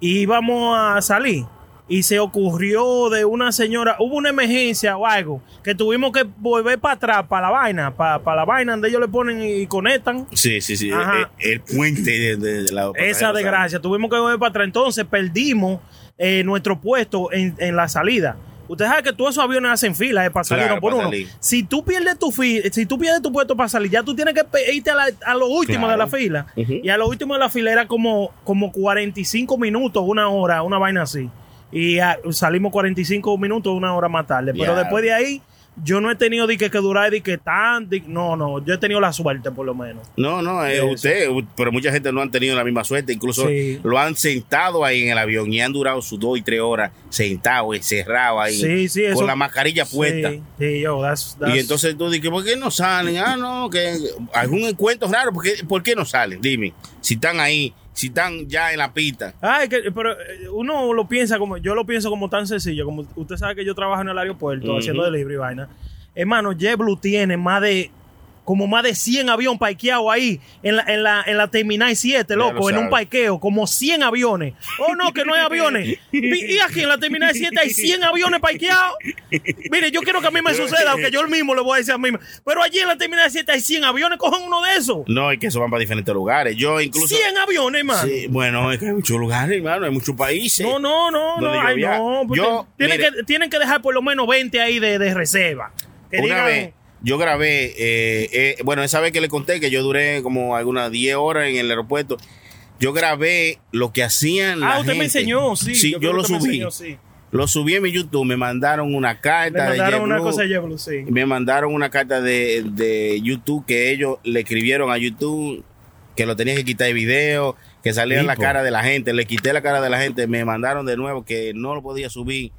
y íbamos a salir. Y se ocurrió de una señora, hubo una emergencia o algo, que tuvimos que volver para atrás, para la vaina, para, la vaina donde ellos le ponen y conectan. Sí, sí, sí. Ajá. El, el puente de, de- de la Esa desgracia. Tuvimos que volver para atrás. Entonces perdimos eh, nuestro puesto en, en la salida. Usted sabe que todos esos aviones hacen fila eh, para salir Claro, uno por para uno. salir. Si tú pierdes tu fi- si tú pierdes tu puesto para salir, ya tú tienes que pe- irte a, la- a lo último de la Claro. fila. Ujú. Y a lo último de la fila era como, como 45 minutos, una hora, una vaina así. Y ah, salimos 45 minutos, una hora más tarde. Ya. Pero después de ahí, yo no he tenido de que, que durar, de que tan, di- no, no, yo he tenido la suerte por lo menos. No, no, es usted, u- pero mucha gente no han tenido la misma suerte, incluso Sí. lo han sentado ahí en el avión y han durado sus dos y tres horas sentados, encerrados ahí, Sí, sí, eso- con la mascarilla Sí, puesta. sí, yo, that's- that's- Y entonces tú dices, ¿por qué no salen? Ah, no, que algún encuentro raro, ¿por qué, por qué no salen? Dime, si están ahí, si están ya en la pista. Ay, que- pero eh, uno lo piensa como, yo lo pienso como tan sencillo, como usted sabe que yo trabajo en el aeropuerto Ujú. haciendo delivery y vaina. Hermano, JetBlue tiene más de, como más de 100 aviones parqueados ahí en la, en la, en la Terminal 7, lo loco, en un sabe. parqueo, como 100 aviones. Oh, no, que no hay aviones. Vi- Y aquí en la Terminal 7 hay 100 aviones parqueados. Mire, yo quiero que a mí me suceda, aunque yo mismo le voy a decir a mí mismo. Pero allí en la Terminal 7 hay 100 aviones, cojan uno de esos. No, es que eso van para diferentes lugares. Yo incluso... 100 aviones, hermano. Sí, bueno, es que hay muchos lugares, hermano, hay muchos países. No, no, no, no, Donde yo ay, viajo. no, pues Yo, te- tienen, mire. que, tienen que dejar por lo menos 20 ahí de, de reserva. Que una digan, vez yo grabé, eh, eh, bueno, esa vez que le conté que yo duré como algunas 10 horas en el aeropuerto, yo grabé lo que hacían. ah, la usted me gente. enseñó, sí. Sí, yo, creo que lo usted me subí. enseñó, sí. Lo subí en mi YouTube, me mandaron una Le carta. de mandaron una JetBlue, cosa de JetBlue, sí. Me mandaron una carta de, de YouTube que ellos le escribieron a YouTube que lo tenían que quitar el video, que salía en la Tipo. cara de la gente. Le quité la cara de la gente, me mandaron de nuevo que no lo podía subir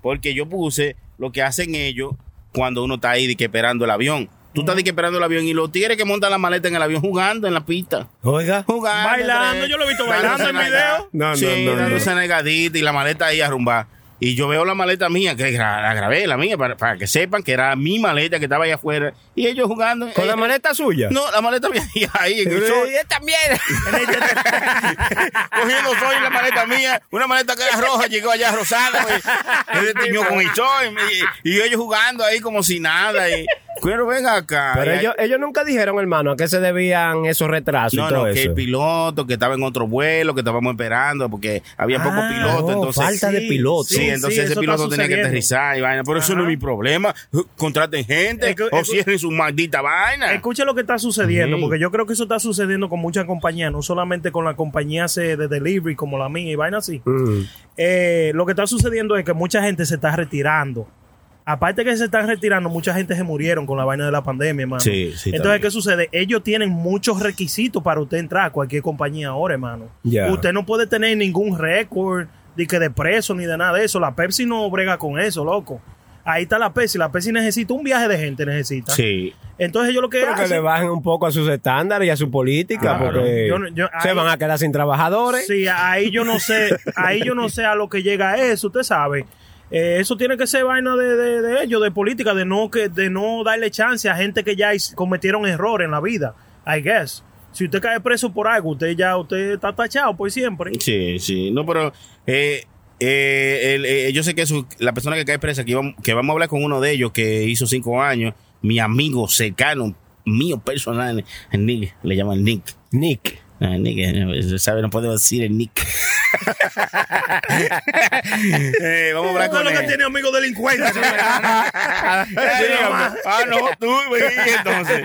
porque yo puse lo que hacen ellos cuando uno está ahí de que esperando el avión. Tú estás de que esperando el avión y los tigres que montan la maleta en el avión jugando en la pista. Oiga. Jugando. Bailando, yo lo he visto bailando en video. No, no, Sí, no, no. dándose negadita y la maleta ahí arrumbada. Y yo veo la maleta mía, que gra- la grabé, la mía, para, para que sepan que era mi maleta que estaba allá afuera. Y ellos jugando. ¿Con la Eh, maleta suya? No, la maleta mía <laughs> ahí, ahí en el sol. Y también. Cogiendo sol y la maleta mía, una maleta que era roja, llegó allá rosada, <laughs> güey. Me destiñó con el sol, y, y ellos jugando ahí como si nada. Y, pero ven acá. Pero Y ellos, ellos nunca dijeron, hermano, a qué se debían esos retrasos y No, todo no, que eso. el piloto que estaba en otro vuelo, que estábamos esperando, porque había pocos pilotos. oh, entonces, falta de pilotos. Sí, Sí, entonces sí, ese eso piloto está tenía que sucediendo. aterrizar y vaina. Por eso no es mi problema. Contraten gente Escu- o escu- cierren su maldita vaina. Escuche lo que está sucediendo, Ujú. porque yo creo que eso está sucediendo con muchas compañías, no solamente con las compañías eh, de delivery como la mía y vaina así. Mm. Eh, lo que está sucediendo es que mucha gente se está retirando. Aparte que se están retirando, mucha gente se murieron con la vaina de la pandemia, hermano. Sí, sí, Entonces, también. ¿qué sucede? Ellos tienen muchos requisitos para usted entrar a cualquier compañía ahora, hermano. Ya. Usted no puede tener ningún récord de que de preso ni de nada de eso. La Pepsi no brega con eso, loco. Ahí está la Pepsi. La Pepsi necesita un viaje de gente, necesita. Sí. Entonces yo lo que Pero que hacen- le bajen un poco a sus estándares y a su política, Claro. porque Yo no- yo- se ahí- van a quedar sin trabajadores. Sí, ahí yo no sé, ahí yo no sé a lo que llega eso, usted sabe. Eh, eso tiene que ser vaina de, de- de ellos, de política, de no que, de no darle chance a gente que ya is- cometieron errores en la vida, I guess. Si usted cae preso por algo, usted ya usted está tachado por siempre. Sí, sí. No, pero eh, eh, el- eh, yo sé que su- la persona que cae presa, que, íbamos- que vamos a hablar con uno de ellos que hizo cinco años, mi amigo cercano, mío personal, Nick, le llaman Nick. Nick. eh, Ah, Nick, <laughs> eh, sabe, no puedo decir el Nick. Eh, vamos a hablar Todo con lo que él. tiene amigos delincuentes. señor. Sí, Ese hombre. nomás. ah, no, tú, y entonces.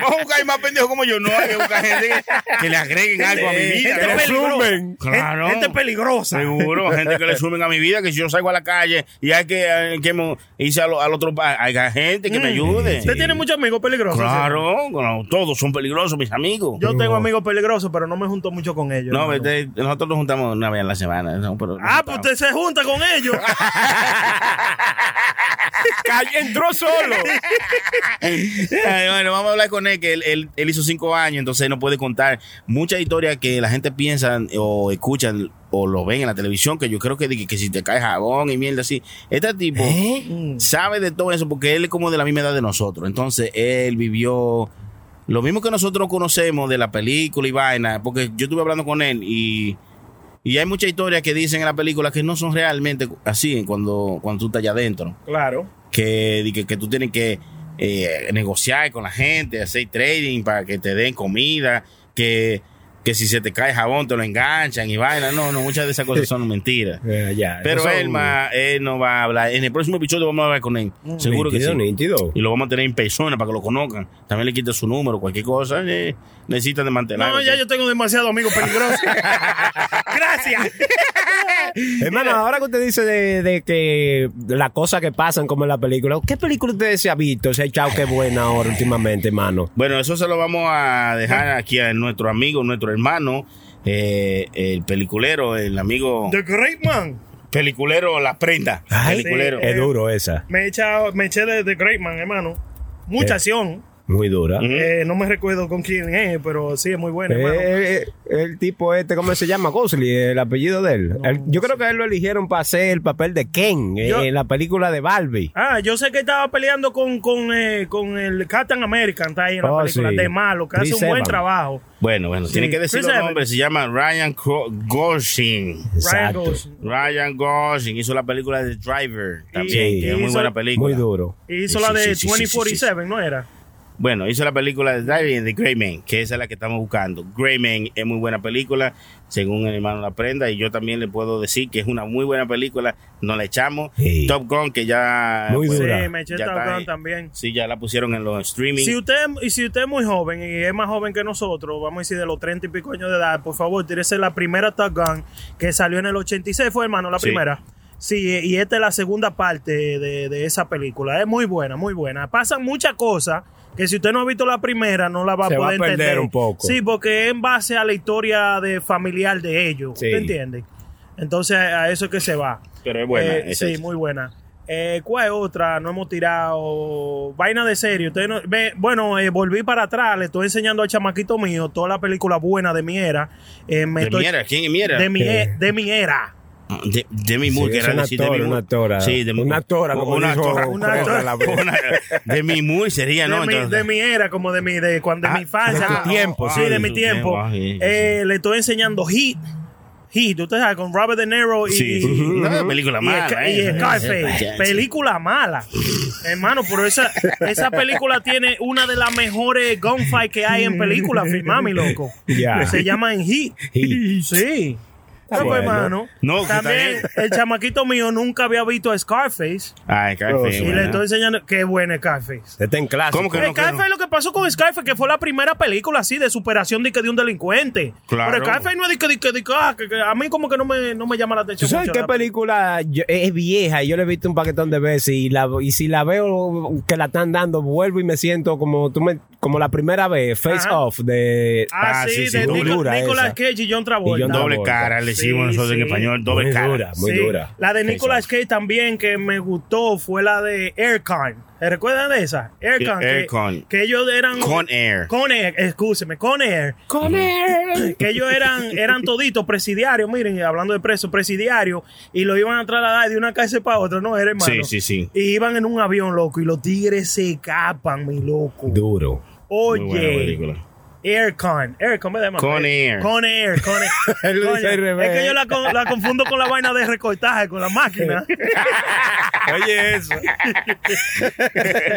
Vamos a buscar más pendejos como yo. No, hay que buscar gente que, que le agreguen algo a mi Gente vida. Que le peligrosa. sumen. Claro. Gente peligrosa. Seguro, gente que le sumen a mi vida, que yo salgo a la calle y hay que, hay que mo- irse a lo- al otro país. Hay gente que me ayude. <laughs> Usted tiene muchos amigos peligrosos. Claro, claro, todos son peligrosos, mis amigos. Yo tengo amigos peligrosos, pero no me junto mucho con ellos. No, hermano. vete, nosotros nos juntamos una vez a la semana. no, pero- Ah, pues usted se junta con <laughs> ellos. Entró solo. bueno, vamos a hablar con él, que él, él- él hizo cinco años, entonces no puede contar muchas historias que la gente piensa o escucha o lo ven en la televisión, que yo creo que, que si te cae jabón y mierda así. Este tipo Eh. sabe de todo eso porque él es como de la misma edad de nosotros. Entonces, él vivió lo mismo que nosotros conocemos de la película y vaina, porque yo estuve hablando con él y... Y hay muchas historias que dicen en la película que no son realmente así cuando, cuando tú estás allá adentro <laughs> Claro. que, di que, que tú tienes que eh, negociar con la gente, hacer trading para que te den comida, que, que si se te cae jabón te lo enganchan y vaina. No, no, muchas de esas cosas <laughs> son mentiras. ya, Pero esos son- él, ma, él no va a hablar. En el próximo episodio vamos a hablar con él. Mm. Seguro que nítido, sí. nítido. Y lo vamos a tener en persona para que lo conozcan. También le quita su número, cualquier cosa. eh, necesitan desmantelar. No, ya yo tengo demasiados amigos <laughs> peligrosos. Gracias. Hermano, ahora que usted dice de, de que las cosas que pasan como en la película, ¿qué película usted se ha visto? Se ha echado qué buena ahora últimamente, hermano. Bueno, eso se lo vamos a dejar aquí a nuestro amigo, nuestro hermano, eh, el peliculero, el amigo. The Great Man. Peliculero, la prenda. Ay, peliculero. sí, es duro esa. Me, he echado- me eché de The Great Man, hermano. Mucha Eh. acción. Muy dura. Mm. Eh, no me recuerdo con quién es, pero sí es muy buena, hermano. Eh, eh, el tipo este, ¿cómo se llama? Gosling, el apellido de él. El- yo creo que a él lo eligieron para hacer el papel de Ken eh, Yo- en la película de Barbie. Ah, yo sé que estaba peleando con, con, eh, con el Captain American, está ahí en la Oh, película, sí. de malo, que hace Chris un buen Evans. trabajo. Bueno, bueno, tiene Sí. que decir Chris el Evans. nombre. Se llama Ryan Cro- Gosling. Exacto. Gosling. Ryan Gosling hizo la película de Driver también, Sí. que es muy Hizo- buena película. muy duro. Y hizo Sí, la sí, de sí, sí, sí, 2047, ¿no era? sí. Bueno, hizo la película de Driver y de Grey Man, que esa es la que estamos buscando. Grey Man es muy buena película, según el hermano La Prenda, y yo también le puedo decir que es una muy buena película. Nos la echamos. Top Gun, que ya. Muy pues, dura. Sí, Eh, me eché ya Top está Gun en- también. Sí, ya la pusieron en los streaming. Si usted, y si usted es muy joven y es más joven que nosotros, vamos a decir de los 30 y pico años de edad, por favor, tírese la primera Top Gun que salió en el 86, fue hermano, la Sí. primera. Sí, y esta es la segunda parte de, de esa película. Es muy buena, muy buena. Pasan muchas cosas que si usted no ha visto la primera, no la va Se a va a poder perder entender. un poco. Sí, porque es en base a la historia de familiar de ellos. Sí. ¿Usted entiende? Entonces, a eso es que se va. Pero es buena, Eh, esa sí, es. muy buena. Eh, ¿Cuál es otra? No hemos tirado. Vaina de serio. Ustedes no- ve- bueno, eh, volví para atrás. Le estoy enseñando al chamaquito mío toda la película buena de mi era. Eh, me ¿De estoy- mi era? ¿Quién es mi era? De mi, e- Eh. de mi era. De, Demi Sí, Moore, que es era una así, actora, Demi Moore. una actora. Sí, Demi- Una actora, como una dijo actora. Una Jorge actora. Labré. <laughs> Una- Demi Moore sería, Ah, ¿no? de, mi, Entonces- de mi era, como de mi, de, cuando, de mi infancia. Ah, de tu tiempo, sí. sí. de de mi tu tiempo. tiempo, ah, sí, sí, Eh, le estoy enseñando Hit. Hit, usted sabe, con Robert De Niro y. Sí, <laughs> sí. y- Una película y mala, Sca- Y, eh. <laughs> Scarface. Sí. película mala. Hermano, pero esa, esa película tiene una de las mejores gunfight que hay en película, firmame, loco. <laughs> Ya. Se llama en Hit. Sí. Está No, pues, bueno. hermano. No, que también está el chamaquito mío nunca había visto a Scarface. Ay, qué Oh, feo, sí. Y bueno. le estoy enseñando. Qué buena es Scarface. Está en clase. ¿Cómo que no? que no? Scarface lo que pasó con Scarface, que fue la primera película así de superación de, que de un delincuente. Claro. Pero Scarface no es de que, de que- de que- ah, que- que a mí como que no me, no me llama la ¿Tú atención. sabes mucho qué la- película yo- eh, es vieja? y Yo la he visto un paquetón de veces y, la, y si la veo que la están dando, vuelvo y me siento como tú me, como la primera vez, Face Ajá. Off de Ah, sí, de muy Nico- dura Nicolas esa. Cage y John Travolta. Y John Doble Travolta. cara, le decimos nosotros en español, doble muy cara. Dura, muy Sí. dura. La de Nicolas Cage también que me gustó fue la de Aircon. ¿Se recuerdan de esa? Aircon. Sí, que- Aircon. Que, ellos eran. Con Air. Con Air, excúseme, Con Air. Con Air. <laughs> que ellos eran, eran toditos presidiarios, miren, hablando de presos, presidiarios, y lo iban a trasladar de una cárcel para otra, ¿no? Era hermano. Sí, sí, sí. Y iban en un avión, loco, y los tigres se escapan, mi loco. Duro. Muy buena Oye. película. Aircon. Aircon, ¿verdad, mamá? Con Air. Con Air. Con Air. Él lo dice al Coño, revés. es que yo la, con- la confundo con la vaina de recortaje, con la máquina. Oye, eso. <laughs>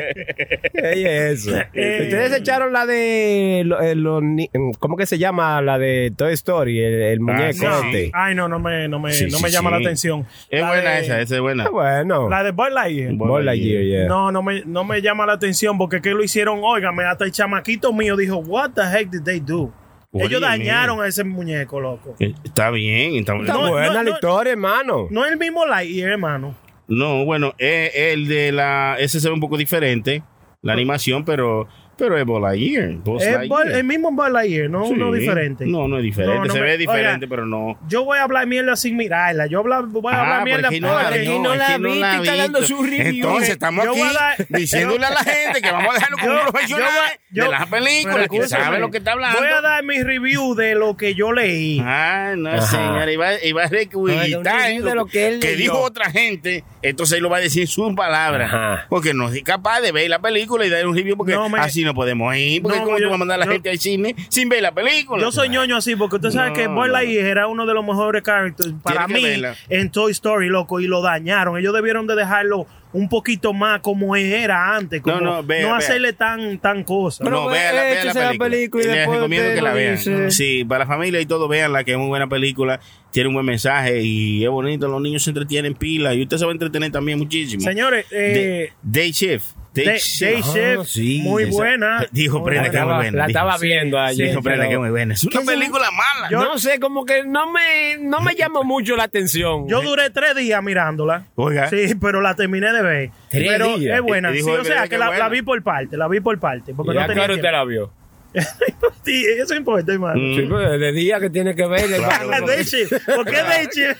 Oye, eso. Ustedes Eh. echaron la de. lo- eh, lo ni- ¿Cómo que se llama? La de Toy Story, el, el muñeco. Ah, No. este. Ay, no, no me, no me, Sí, no sí, me llama sí. la atención. Es La buena de- esa, esa es buena. Está Ah, bueno. La de Bud Lightyear. Buzz Lightyear, yeah. No, no me, no me llama la atención porque que lo hicieron, óigame, hasta el chamaquito mío dijo, what the heck did they do? What Ellos do you mean? dañaron a ese muñeco, loco. Eh, Está bien, está Está No, buena no, la no. historia, hermano. No es el mismo Lightyear, hermano. No, bueno, eh, el de la. Ese se ve un poco diferente, la animación, pero. Pero es Buzz Lightyear. Buzz Es Buzz- Lightyear. el mismo Buzz Lightyear, no Sí. uno diferente. No, no es diferente. No, no se me- ve diferente, oiga, pero no. Yo voy a hablar mierda sin mirarla. Yo habla- voy a hablar Ah, mierda porque no la vio, es que no la ha visto. Entonces, estamos Yo voy a aquí diciéndole <laughs> a la gente que vamos a dejarlo como Yo- un profesional yo voy- de las películas, que pero sabe escúchame, lo que está hablando. Voy a dar mi review de lo que yo leí. Ah, no, señor. Iba, iba a Oiga, recuitar un review de lo que él leyó. dijo otra gente. Entonces él lo va a decir en sus palabras. Porque no es capaz de ver la película y dar un review porque No, me- así no podemos ir. Porque No, como yo- tú vas a mandar a la yo- gente al cine sin ver la película. Yo soy ñoño así, porque usted sabe No, que Boy no. Lightyear era uno de los mejores characters para que mí verla. en Toy Story, loco, y lo dañaron. Ellos debieron de dejarlo un poquito más como era antes, como No, no, vea, vea. hacerle tan tan cosa. no, vea la, vea la película. Les recomiendo que la vean. Sí, para la familia y todo, veanla, que es muy buena película. Tiene un buen mensaje y es bonito. Los niños se entretienen pila y usted se va a entretener también muchísimo. Señores, eh, Day, Day Shift. Day- Day Shift, muy esa- buena. <laughs> Dijo Muy Prenda que es muy buena. buena. La dijo, estaba sí. viendo ayer. Dijo Prenda que es muy buena. Es una película mala. Yo no sé, como que no me, no me llama mucho la atención. yo duré tres días mirándola. Oiga. Sí, pero la terminé de ver. Tres pero días. es buena. Y dijo Sí, de o sea, verdad que, que la, buena. la vi por parte, la vi por parte. Porque ¿Y no a qué tenía hora usted tiempo. la vio? <laughs> Sí, eso es importante, hermano. Sí, pero de día que tiene que ver. Mm. Claro, hermano. Day Shift. ¿Por qué Day <laughs> Shift?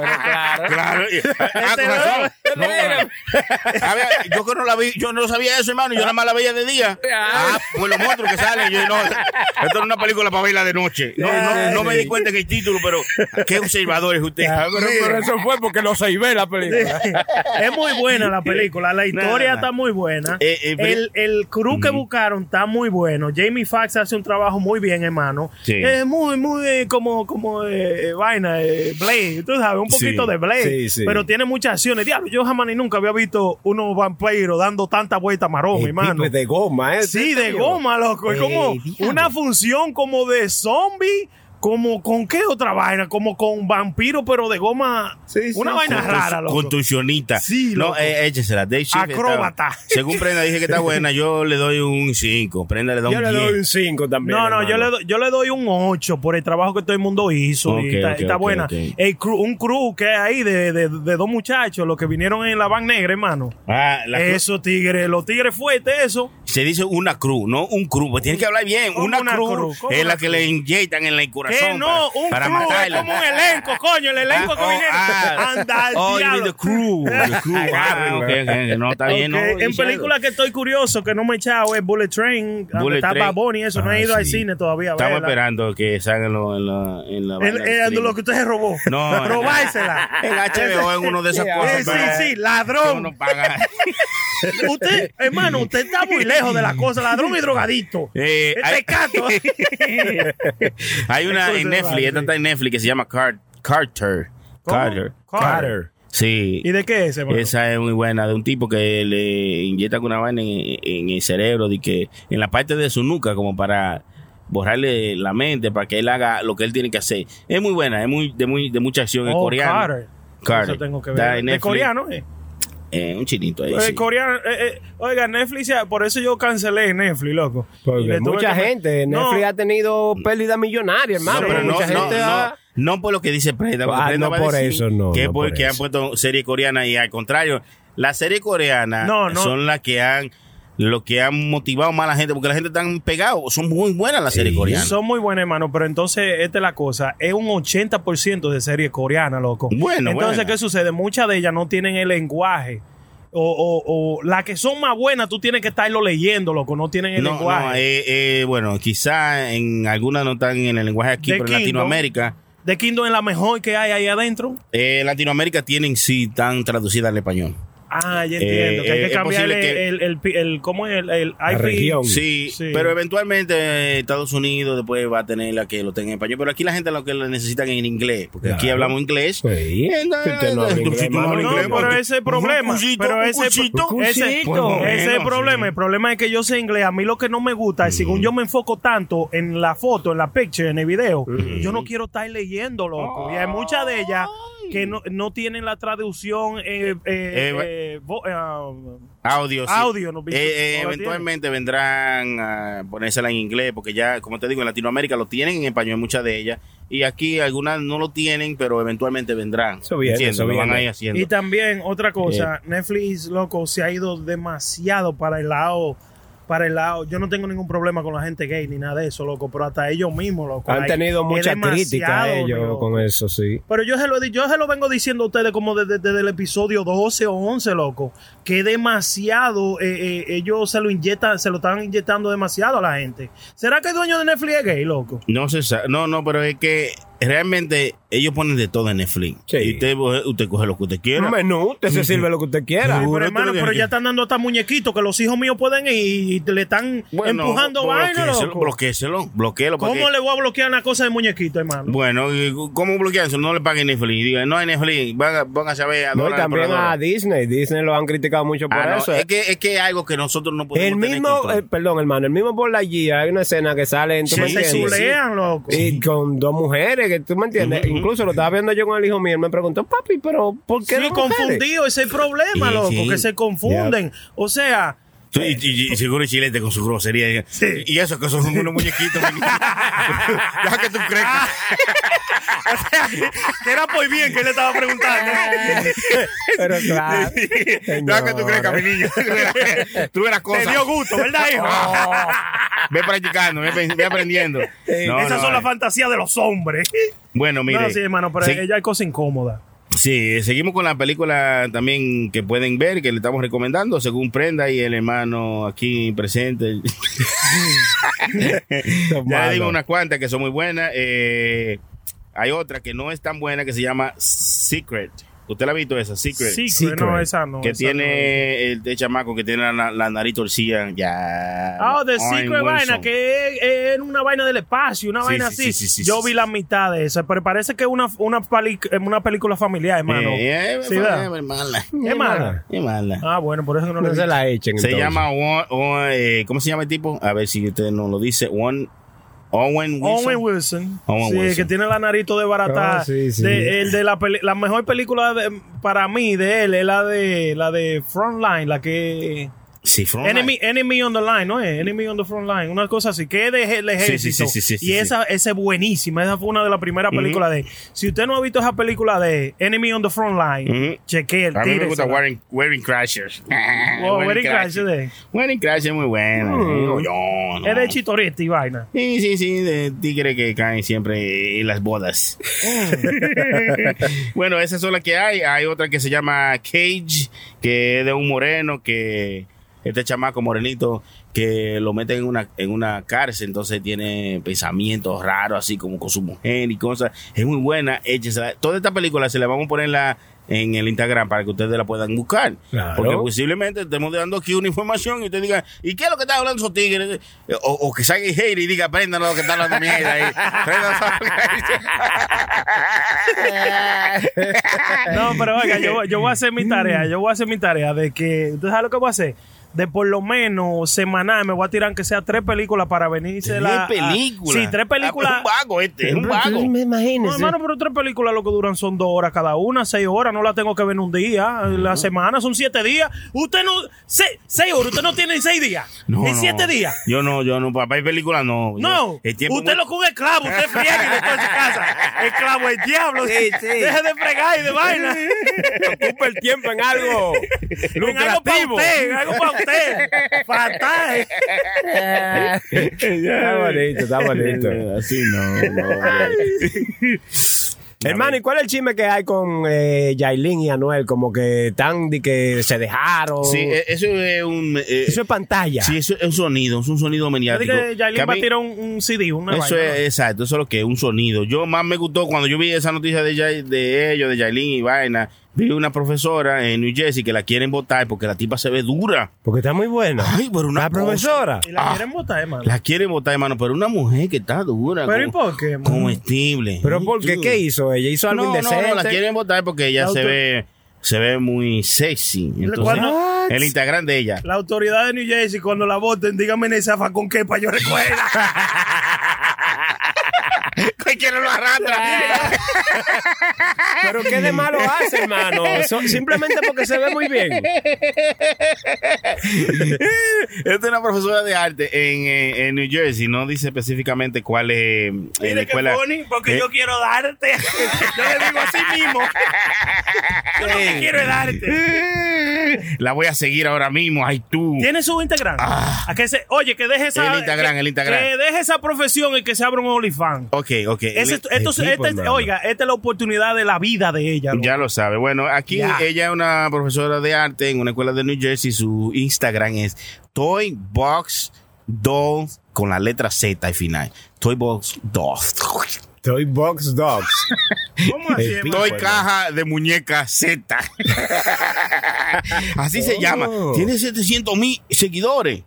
Claro. eh, y- Ah, con razón. No, a ver, yo que no la vi, yo no sabía eso, hermano. Yo nada más la veía de día. Ah, pues los monstruos que salen. Yo no, esto no es una película para verla de noche. No, no, no me di cuenta que el título, pero qué observador es usted. Ah, pero por Mire. eso fue porque lo ve la película. es muy buena la película. <laughs> La historia Nada. está muy buena. Eh, eh, pero- el, el crew que buscaron está muy bueno. Jamie Foxx hace un trabajo muy bien, hermano. Sí. Es muy, muy eh, como, como eh, eh, vaina, eh, Blade. Tú sabes, un Sí. poquito de Blade. Sí, sí. Pero tiene muchas acciones. Diablo, yo jamás ni nunca había visto unos vampiros dando tanta vuelta a Maroma, El hermano. tipo es de goma, ¿eh? Sí, de goma, loco. Es Ey, como diablo. una función como de zombie, como con qué otra vaina, como con vampiro, pero de goma. una vaina Contus- rara, loco. Contusionista. Sí, no, loco. eh, échesela. Day Shift está- Acróbata. según Prenda dije que está buena, yo le doy un 5. Prenda le da un Yo le doy 10. un 5 también. No, no, hermano. yo le, doy, yo le doy un 8 por el trabajo que todo el mundo hizo. y Ok, está ok, está ok, buena. ok. El crew- un crew que hay ahí de, de- de dos muchachos, los que vinieron en la van negra, hermano. Ah, la cru- Eso, tigre, los tigres fuertes, eso. se dice una cruz, no un cruz. Pues tiene que hablar bien. ¿Cómo Una, una cruz cruz? ¿Cómo es una la que le inyectan en el corazón. Que no, para- un para crew matarla. es como un elenco, coño, el elenco que Ah, oh, vinieron. ah. Anda, al Oh, you mean diablo. the <laughs> crew. The crew. Ah, ok, ok, no, está bien, no, Ok, En diciendo. películas que estoy curioso, que no me he echado, es Bullet Train, donde Bullet está Train. Bad Bunny, eso, no Ah, he ido al sí. cine todavía. a Estamos verla. esperando que salgan lo- en la. En la vaina El, de el- streaming. lo que usted se robó. No, Robársela. Eh, en HBO es uno de esas <laughs> Sí, cosas, Sí, pero- sí, ladrón. No <laughs> pagan. Usted, hermano, usted está muy lejos de la cosa. Ladrón y Este drogadito. Eh, Es hay, <laughs> Tecato. hay una en Netflix, esta está en Netflix que se llama Car- Carter. Carter. Carter. Sí. ¿Y de qué es, hermano? Esa es muy buena, de un tipo que le inyectan una vaina en, en el cerebro, de que, en la parte de su nuca, como para borrarle la mente, para que él haga lo que él tiene que hacer. Es muy buena, es muy de, muy, de mucha acción. Es Oh, coreano. Carter. Carter. Eso tengo que Está ver. en De Netflix. coreano, eh. Eh, un chinito ahí. Eh, sí. coreano, eh, eh, oiga, Netflix, ya- por eso yo cancelé Netflix, loco. Y Porque le tuve mucha que- gente, No, Netflix ha tenido pérdida millonaria, hermano. No, pero no, mucha no, gente no, ha- no por lo que dice Prenda. porque Ah, Prenda no va a por decir eso, no, Que no porque por han puesto serie coreana y al contrario, las series coreanas No, no. son las que han lo que han motivado más a la gente, porque la gente está pegado, son muy buenas las series coreanas. Son muy buenas, hermano, pero entonces esta es la cosa. Es un 80% de serie coreana, loco. Bueno, Entonces, buena. ¿qué sucede? Muchas de ellas no tienen el lenguaje. O, o, o las que son más buenas, tú tienes que estarlo leyendo, loco. No tienen el No, lenguaje. no, eh, eh, bueno, quizá en algunas no están en el lenguaje aquí, The pero en Kingdom. Latinoamérica, De Kingdom es la mejor que hay ahí adentro. eh, Latinoamérica tienen sí tan traducida al español. Ah, ya entiendo. que Eh, hay que es posible cambiarle que- el, el, pi- el- ¿Cómo es? El, el IP. Sí, pero eventualmente eh, Estados Unidos después va a tener la que lo tenga en español. Pero aquí la gente lo que lo necesitan es en inglés, porque aquí Claro. hablamos inglés. Entonces, Usted no habla si inglés, tú mano. hablas No, inglés, pero pero ese es el problema. cuchito, pero un ese cuchito. ese, ese Cuchito. Pues Bueno, es el sí. Mm. problema. El problema es que yo sé inglés. A mí lo que no me gusta es según yo me enfoco tanto en la foto, en la picture, en el video, Mm. yo no quiero estar leyendo, loco. Y hay muchas de ellas que no, no tienen la traducción eh, eh, eh, vo- eh, ah, Audio. sí. Audio, no Eh, vi- eh, no la eventualmente vendrán a ponérsela en inglés, porque ya, como te digo, en Latinoamérica lo tienen en español, muchas de ellas. Y aquí algunas no lo tienen, pero eventualmente vendrán. Eso viene, ¿Entiendes? eso Lo van viene. a ir haciendo. Y también otra cosa, Eh, Netflix, loco, se ha ido demasiado para el lado, para el lado. Yo no tengo ningún problema con la gente gay ni nada de eso, loco, pero hasta ellos mismos, loco. Han hay- tenido es mucha demasiado, crítica ellos loco. con eso, sí. Pero yo se lo he dicho- yo se lo vengo diciendo a ustedes como desde, desde el episodio 12 o 11, loco, que demasiado eh, eh, ellos se lo inyectan, se lo están inyectando demasiado a la gente. ¿Será que el dueño de Netflix es gay, loco? No se sa- no, no, pero es que realmente ellos ponen de todo en Netflix. Y usted, usted coge lo que usted quiera. Un menú, usted se sirve lo que usted quiera. Sí, pero hermano, pero ya están dando hasta muñequitos que los hijos míos pueden ir y, y le están empujando vaina, bloquéeselo, loco. bloquéeselo, bloquéelo, ¿Cómo porque- le voy a bloquear una cosa de muñequito, hermano? Bueno, ¿y ¿cómo bloquean eso? No le paguen Netflix. Digan, no hay Netflix. Van a, van a saber a No, y dólares por también dólar. a Disney. Disney lo han criticado mucho por Ah, no, eso. eh. Es que es que es algo que nosotros no podemos el tener mismo, control. eh, perdón, hermano, el mismo por la G, hay una escena que sale en ¿tú Sí, me sí, entiendes? sí. Chulean, loco. Y con dos mujeres, que tú me entiendes. Incluso lo estaba viendo yo con el hijo mío, él me preguntó, papi, pero ¿por qué Sí, dos mujeres?" confundido, ese es el problema, Sí, loco, sí. que se confunden. O sea, Tú- y, y- y seguro el chilete con su grosería. Y eso que son unos muñequitos. Deja que tú crezcas. Era muy bien que le estaba preguntando. <laughs> Pero claro. Deja que tú crezcas, mi niño. tú eras cosa. Te dio gusto, ¿verdad, hijo? Ve practicando, ve, ve aprendiendo. <laughs> No, esas no, son eh. las fantasías de los hombres. Bueno, <laughs> mire. no, sí, hermano, pero Sí. ella hay cosas incómodas. Sí, seguimos con la película también que pueden ver, que le estamos recomendando, según Prenda y el hermano aquí presente. ya le digo unas cuantas que son muy buenas. eh, hay otra que no es tan buena que se llama Secret. ¿Usted la ha visto esa? Secret. Secret, no, esa no, Que esa tiene el de chamaco que tiene la, na- la nariz torcida. Ya. Ah, de Owen Secret Vaina, Wilson. que es, es una vaina del espacio, una Sí, vaina sí, sí, así. sí, sí, Yo sí, vi la mitad de esa, pero parece que es una, una, pali- una película familiar, hermano. Eh, eh, Sí, eh, ¿verdad? hermana. Es mala. Qué mala. Ah, bueno, por eso no, le No se la echen. Se entonces. llama Owen- Owen- eh, ¿Cómo se llama el tipo? A ver si usted nos lo dice. Owen- Owen Wilson. Owen Wilson. Owen sí, Wilson. que tiene la narito de barata. Ah, sí, sí. De, el de la, peli- la mejor película de- para mí de él es la de la de Frontline, la que Sí, from Enemy, Enemy on the Line, ¿no es? Enemy on the Front Line, una cosa así, que es de- del Sí, sí, ejército. sí, sí, sí, y sí, esa, esa es buenísima, esa fue una de las primeras películas de Si usted no ha visto esa película de Enemy on the Front Line, Ujú. chequee el A mí me gusta Wearing, Wearing Crashers. <laughs> Wow, Oh, Wedding Crashers, eh. Wearing Crashers es muy buena. Mm. digo yo, ¿no? Es de Chitorete y vaina. Sí, sí, sí, de tigre que caen siempre en las bodas. <laughs> bueno, esas son las que hay. Hay otra que se llama Cage, que es de un moreno que este chamaco morenito que lo mete en una, en una cárcel, entonces tiene pensamientos raros, así como con su mujer y cosas. Es muy buena. échensela. Toda esta película se la vamos a poner en la- en el Instagram para que ustedes la puedan buscar. Claro. Porque posiblemente estemos dando aquí una información y usted diga, ¿y qué es lo que está hablando esos tigres? O, o que salga el hater y diga, aprendan lo que está hablando mierda ahí. Aprendan No, pero oiga, yo, yo voy <laughs> a hacer mi tarea. Yo voy a hacer mi tarea de que. ¿Usted sabe lo que voy a hacer? De por lo menos semanal me voy a tirar aunque sea tres películas para venirse ¿Tres la. a- películas? sí, tres películas. Ah, pues es un vago este, es un vago. Me imagino. No, hermano, pero tres películas lo que duran son dos horas cada una, seis horas, no la tengo que ver en un día, la semana son siete días. Usted no, se- seis horas, usted no tiene ni seis días, No, ni no. siete días. Yo no, yo no, papá y película no. Yo- No, el usted tiempo es lo que un esclavo, usted friega y de toda esa casa. Esclavo el diablo, Sí, sí. deje de fregar y de vaina. Ocupa el tiempo en <laughs> algo En algo para lucrativo. usted, en algo para usted. Fatal. Está bonito, está bonito. <laughs> Así no, Hermano, ¿y cuál es el chisme que hay con eh, Yailin y Anuel? Como que están de que se <laughs> dejaron. Sí, e- eso es un. eh, eso es pantalla. Sí, eso es un sonido, es un sonido Dice mediático. que Que a Yailin va a mí- tirar un, un CD, una Eso vaina. es, exacto, eso es lo que es, un sonido. Yo más me gustó cuando yo vi esa noticia de, Yai- de ellos, de Yailin y vaina, Vi una profesora en New Jersey que la quieren votar porque la tipa se ve dura. Porque está muy buena. Ay, pero una La cosa- profesora. Y la Ah, quieren votar, hermano. la quieren votar, hermano, pero una mujer que está dura. Pero, con- ¿y por qué, hermano? Comestible. ¿Pero por qué? ¿Qué hizo ella? ¿Hizo algo no, indecente? No, no, la quieren votar porque ella La se auto- ve se ve muy sexy. Entonces, Cuando- el Instagram de <laughs> ella. La autoridad de New Jersey, cuando la voten, dígame en esa fa- con qué <laughs> para yo recuerda. Cualquiera lo arrastra. Pero qué de malo hace, <laughs> hermano. So- simplemente porque se ve muy bien. Esta <laughs> es una profesora de arte en, eh, en New Jersey. No dice específicamente cuál es eh, la Mire que escuela. funny, porque Eh, yo quiero <laughs> darte. Yo le digo así mismo. Yo lo que quiero es <laughs> darte. La voy a seguir ahora mismo. Ay, tú. Tiene su Instagram. A que se, oye, que deje esa. Ah. El Instagram, que- el Instagram. Que deje esa profesión y que se abra un OnlyFans. Ok, ok. Ese- El- esto- el tipo, esta es- hermano. oiga, esta es la oportunidad de la vida de ella. loco. Ya lo sabe. Bueno, aquí Ya. ella es una profesora de arte en una escuela de New Jersey. Su Instagram es Toy Box Doll con la letra Z al final. Toy Box Doll. Toy Box Dogs. <laughs> ¿Cómo así, hermano? Toy caja de muñeca Z. Así se Oh. llama. Tiene 700 mil seguidores.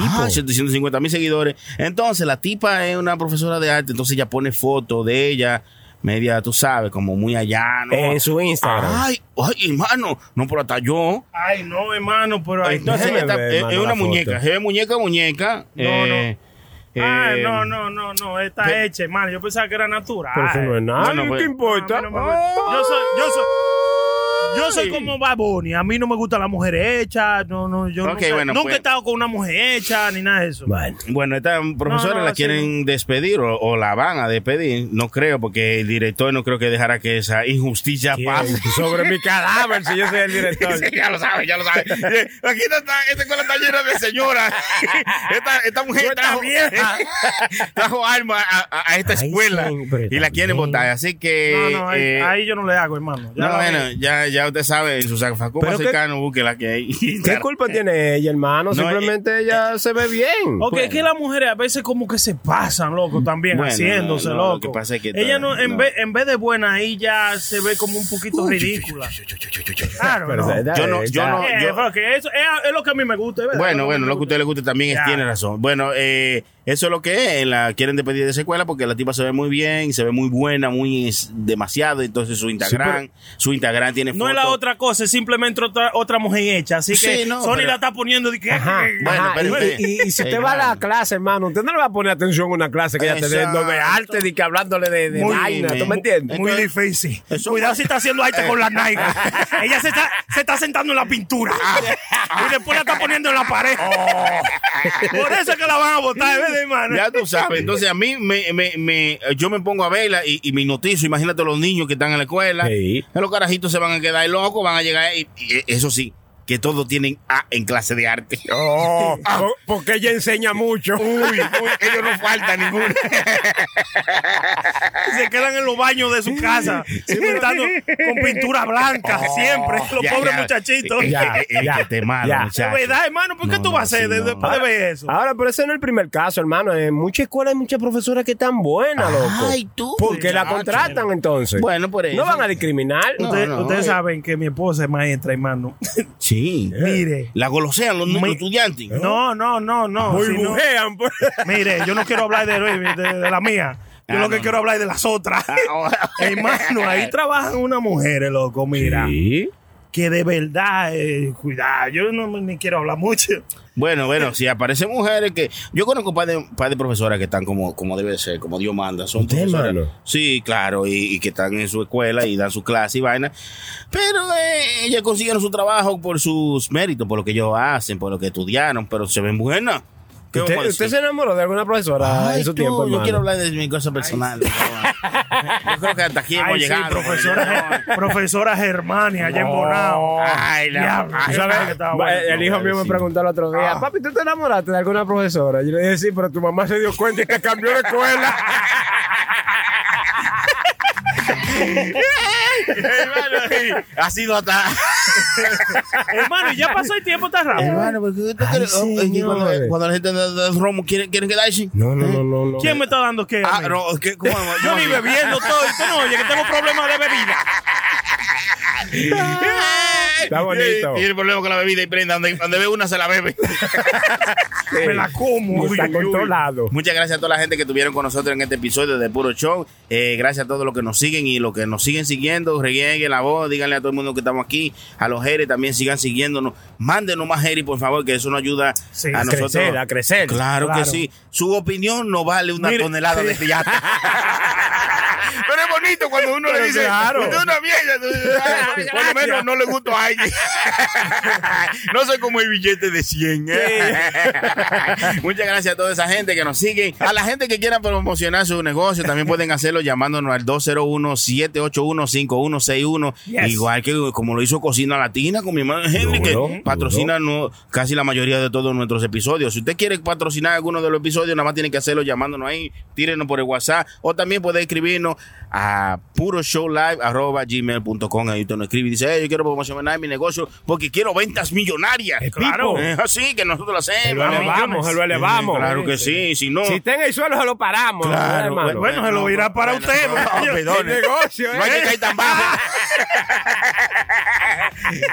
Ah, 750 mil seguidores. Entonces, la tipa es una profesora de arte. Entonces, ella pone fotos de ella, media, tú sabes, como muy allá. ¿no? Eh, En su Instagram. Ay, ay, hermano. No, pero hasta yo. Ay, no, hermano, pero. ay, Entonces, déjeme esta- eh, ver, es, hermano, es la una foto. muñeca. Se ve muñeca, muñeca. No, Eh, Ay, eh, no, no, no, no, está hecha, hermano. Yo pensaba que era natural. Pero eso no es nada. No, no, ¿Qué pues- importa? A mí no me gusta. Yo soy, yo soy, yo soy como Baboni. A mí no me gusta la mujer hecha. No, no, yo Ok, nunca, bueno, nunca pues. he estado con una mujer hecha ni nada de eso. Bueno, esta profesora No, no, la sí, quieren despedir o, o la van a despedir. No creo, porque el director no creo que dejará que esa injusticia pase. <laughs> Sobre mi cadáver, si yo soy el director. Sí, ya lo sabe, ya lo <laughs> sabe. Eh, Aquí está, está- esta escuela está llena de señoras. Esta, esta mujer trajo, <laughs> trajo alma a, a- a esta escuela y la quieren votar. Así No, que. no, ahí, eh, ahí yo no le hago, hermano. Ya eh. no, lo bueno, vi. ya, ya usted sabe, en su saco Pero qué- cercano, busque la que hay. <laughs> ¿Qué culpa tiene ella, hermano? No, Simplemente ella se ve bien. Ok, es que las mujeres a veces como que se pasan, loco, también Bueno, haciéndose, no, no, loco. lo que pasa es que ella no, en, no. Vez, en vez de buena, ella se ve como un poquito ridícula. Claro, Pero no. da- Yo no- yo no- Eh, yo- Jorge, eso es, es lo que a mí me gusta. es verdad, Bueno, es bueno, lo me que a gusta. usted le guste también es- Ya. tiene razón. Bueno, eh, eso es lo que es. La quieren despedir de esa escuela porque la tipa se ve muy bien, se ve muy buena, muy es- demasiado. Entonces su Instagram, su Instagram tiene No es la fotos. otra cosa, es simplemente otra, otra mujer hecha. Así que Sí, no, Sony pero- la está poniendo de que. eh, Ajá, <laughs> Bueno, ajá. pero- Y- pero- y, y si usted Ey, va a la hermano. clase, hermano, usted no le va a poner atención a una clase que ya está Exacto. dando de arte ni que hablándole de, de Muy vaina, bien. ¿tú me entiendes? Muy Entonces- difícil. Eso- Cuidado si está haciendo arte con la <laughs> naiga. Ella se está, se está sentando en la pintura. Y después la está poniendo en la pared. Por eso es que la van a botar, ¿verdad, hermano? Oh. Ya tú sabes. Entonces a mí, me, me, me- yo me pongo a verla y, y me hipnotizo. Imagínate los niños que están en la escuela. Sí. Los carajitos se van a quedar locos, van a llegar. Y, y eso sí, que todos tienen A en clase de <laughs> arte. Oh, po- porque ella enseña mucho. Uy, uy, ellos no falta ninguno. Se quedan en los baños de su casa, <laughs> pintando con pintura blanca, siempre. Los Oh. ya, pobres <laughs> ya. muchachitos. Ya, Es que te mala, ya. muchacho. Es verdad, hermano, ¿por qué No, tú no, vas a hacer sí, de- no. después de ver eso? Ahora, pero ese no es el primer caso, hermano. En muchas escuelas hay muchas profesoras que están buenas, loco. Ay, tú. Porque la muchacho. contratan entonces. Bueno, por eso. No van a discriminar. No, Ustedes, no, ustedes eh. saben que mi esposa es maestra, <laughs> hermano. Sí. Mire. La golosean los, los Me- estudiantes. No, no, no, no. Muy si no- bujean, pues. Mire, yo no quiero hablar de, de- de la mía. Yo Ah, lo que no, quiero no. Ah, hablar es de las otras. ahora. <laughs> Hermano, ahí trabajan unas mujeres, loco, mira. Sí. Que de verdad, eh, cuidado, yo no me- ni quiero hablar mucho. Bueno, bueno, si aparecen mujeres que. Yo conozco un par de, un par de profesoras que están como, como debe ser, como Dios manda. Son ¿Usted, profesoras. hermano? Sí, claro, y, y que están en su escuela y dan su clase y vaina. Pero eh, ellas consiguieron su trabajo por sus méritos, por lo que ellos hacen, por lo que estudiaron, pero se ven buenas. ¿Qué ¿Usted, vamos a usted decir? se enamoró de alguna profesora Ay, en su tú, tiempo, yo hermano? quiero hablar de mi cosa personal. ah. yo creo que hasta aquí hemos Ay, sí, llegado. profesora, profesora Germania, allá en Bonao. Ay, la- Diablo, ay, tú sabes ay, que estaba Va, bueno. el hijo mío me preguntó el otro Ah. día, papi, ¿tú te enamoraste de alguna profesora? Yo le dije, sí, pero tu mamá se dio cuenta y te cambió de escuela. <laughs> Hermano, sí, ha sido hasta. Hermano, y ya pasó el tiempo tan rápido. Hermano, porque usted Ay, cree- oh, es que cuando, señores. cuando la gente da da romo, ¿quieren, quieren quedarse? No, no, no, no. no. ¿Quién me está dando qué? Ah, amigo? no, ¿qué, cómo, <laughs> Yo ni bebiendo todo, y tú no oye que tengo problemas de bebida. Está bonito. Tiene problema con la bebida y prenda. Donde, donde ve una, se la bebe. <laughs> Me la como. Uy, Está uy, uy. controlado. Muchas gracias a toda la gente que estuvieron con nosotros en este episodio de Puro Show. Eh, gracias a todos los que nos siguen y los que nos siguen siguiendo. Reguen la voz, díganle a todo el mundo que estamos aquí. A los Jerry también sigan siguiéndonos. Mándenos más Jerry, por favor, que eso nos ayuda Sí, a a nosotros. crecer, a crecer. Claro, Claro. que sí. Su opinión no vale una Mire, tonelada sí. de <laughs> pillata. Pero es bonito cuando uno Pero le dice, claro. usted es una <laughs> mierda. Entonces, Por lo menos no le gusta a alguien. No soy como el billete de 100. <laughs> Muchas gracias a toda esa gente que nos sigue. A la gente que quiera promocionar su negocio, también pueden hacerlo llamándonos al 201-781-5161. Yes. Igual que como lo hizo Cocina Latina con mi hermano Henry, que patrocina no- casi la mayoría de todos nuestros episodios. Si usted quiere patrocinar alguno de los episodios, nada más tiene que hacerlo llamándonos ahí, tírenos por el WhatsApp o también puede escribirnos a puroshowlive.gmail.com. Ahí usted nos escribe y dice, "Hey, yo quiero promocionar mi negocio porque quiero ventas millonarias. Eh, Claro. Es así que nosotros lo hacemos. Se lo elevamos, se lo elevamos. Claro que sí, si no. Si está en el suelo, se lo paramos. Claro, hermano. bueno, se lo irá para usted. no, perdone. <laughs> el negocio, No hay que ¿eh? caer tan bajo. <laughs>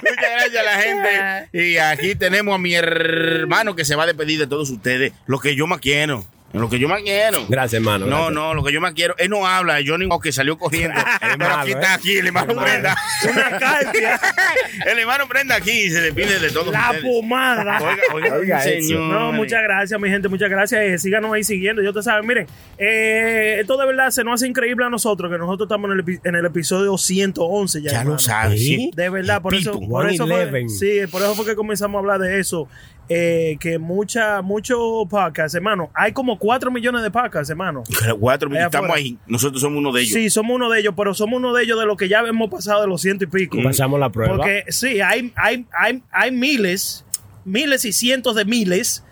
Muchas gracias a la gente. Y aquí tenemos a mi hermano que se va a despedir de todos ustedes. Lo que yo más quiero. Lo que yo más quiero. Gracias, hermano. No, gracias. no, lo que yo más quiero. Él no habla. Johnny que salió corriendo. Pero malo, aquí ¿eh? está, aquí, el hermano Prenda. Una carta. <laughs> El hermano Prenda aquí y se despide de todos La ustedes. pomada. Oiga, oiga, señor. No, muchas gracias, mi gente, muchas gracias. Eh, síganos ahí siguiendo. Yo te saben, miren, eh, esto de verdad se nos hace increíble a nosotros, que nosotros estamos en el, epi- en el episodio 111 ya. Ya lo hermano. sabes, sí. De verdad, por eso, Pipo, por eso fue, 111. sí, por eso fue que comenzamos a hablar de eso. Eh, que mucha, muchos podcasts, hermano. Hay como 4 millones de podcasts, hermano. Cuatro, Allá estamos afuera. ahí. Nosotros somos uno de ellos. Sí, somos uno de ellos, pero somos uno de ellos de los que ya hemos pasado de los ciento y Mm, pico. Pasamos la prueba. Porque sí, hay, hay, hay, hay miles, miles y cientos de miles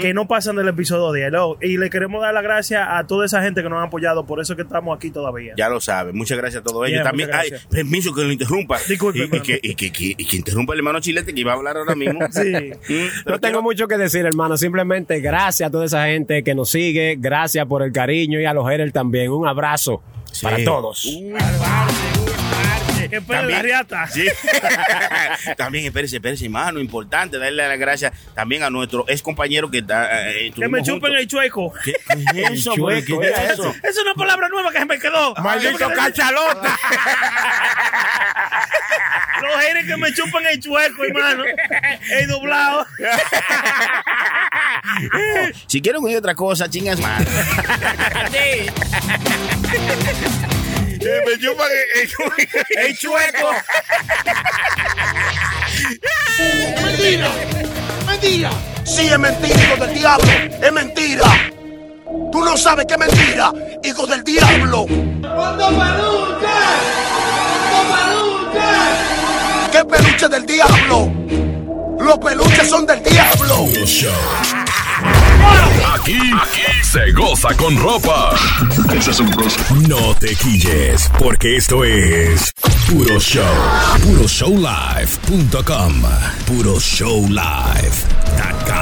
que no pasan del episodio 10. ¿no? Y le queremos dar las gracias a toda esa gente que nos ha apoyado, por eso es que estamos aquí todavía. Ya lo sabe. Muchas gracias a todos Bien, ellos. También, muchas ay, gracias. permiso que lo interrumpa. y, y que, y que- que- y que interrumpa el hermano Chilete que iba a hablar ahora <laughs> mismo. <laughs> Mm, No tengo mucho que decir, hermano. Simplemente gracias a toda esa gente que nos sigue. Gracias por el cariño y a los Herel también. Un abrazo para todos. ¡Qué pedo, la riata! Sí. <laughs> también, espérese, espérese, hermano. Importante darle las gracias también a nuestro ex compañero que está. eh, Que me estuvimos chupen juntos. el chueco. ¿Qué, qué es <laughs> eso, güey? ¿Qué Chueco, es era eso? Es una palabra nueva que se me quedó. Maldito cachalota. <laughs> Los aires que me chupan el chueco, hermano. El doblado. Si quieren oír otra cosa, chingas más. <laughs> me chupan <laughs> el, el chueco. ¡Mentira! ¡Mentira! Sí, es mentira, hijo del diablo. Es mentira. Tú no sabes qué es mentira, hijo del diablo. ¡Cuánto peluche! ¡Cuánto peluche! ¡Qué peluche del diablo! ¡Los peluches son del diablo! Aquí, aquí se goza con ropa. Ese es un plus. No te quilles, porque esto es Puro Show. PuroShowLive.com. PuroShowLive.com.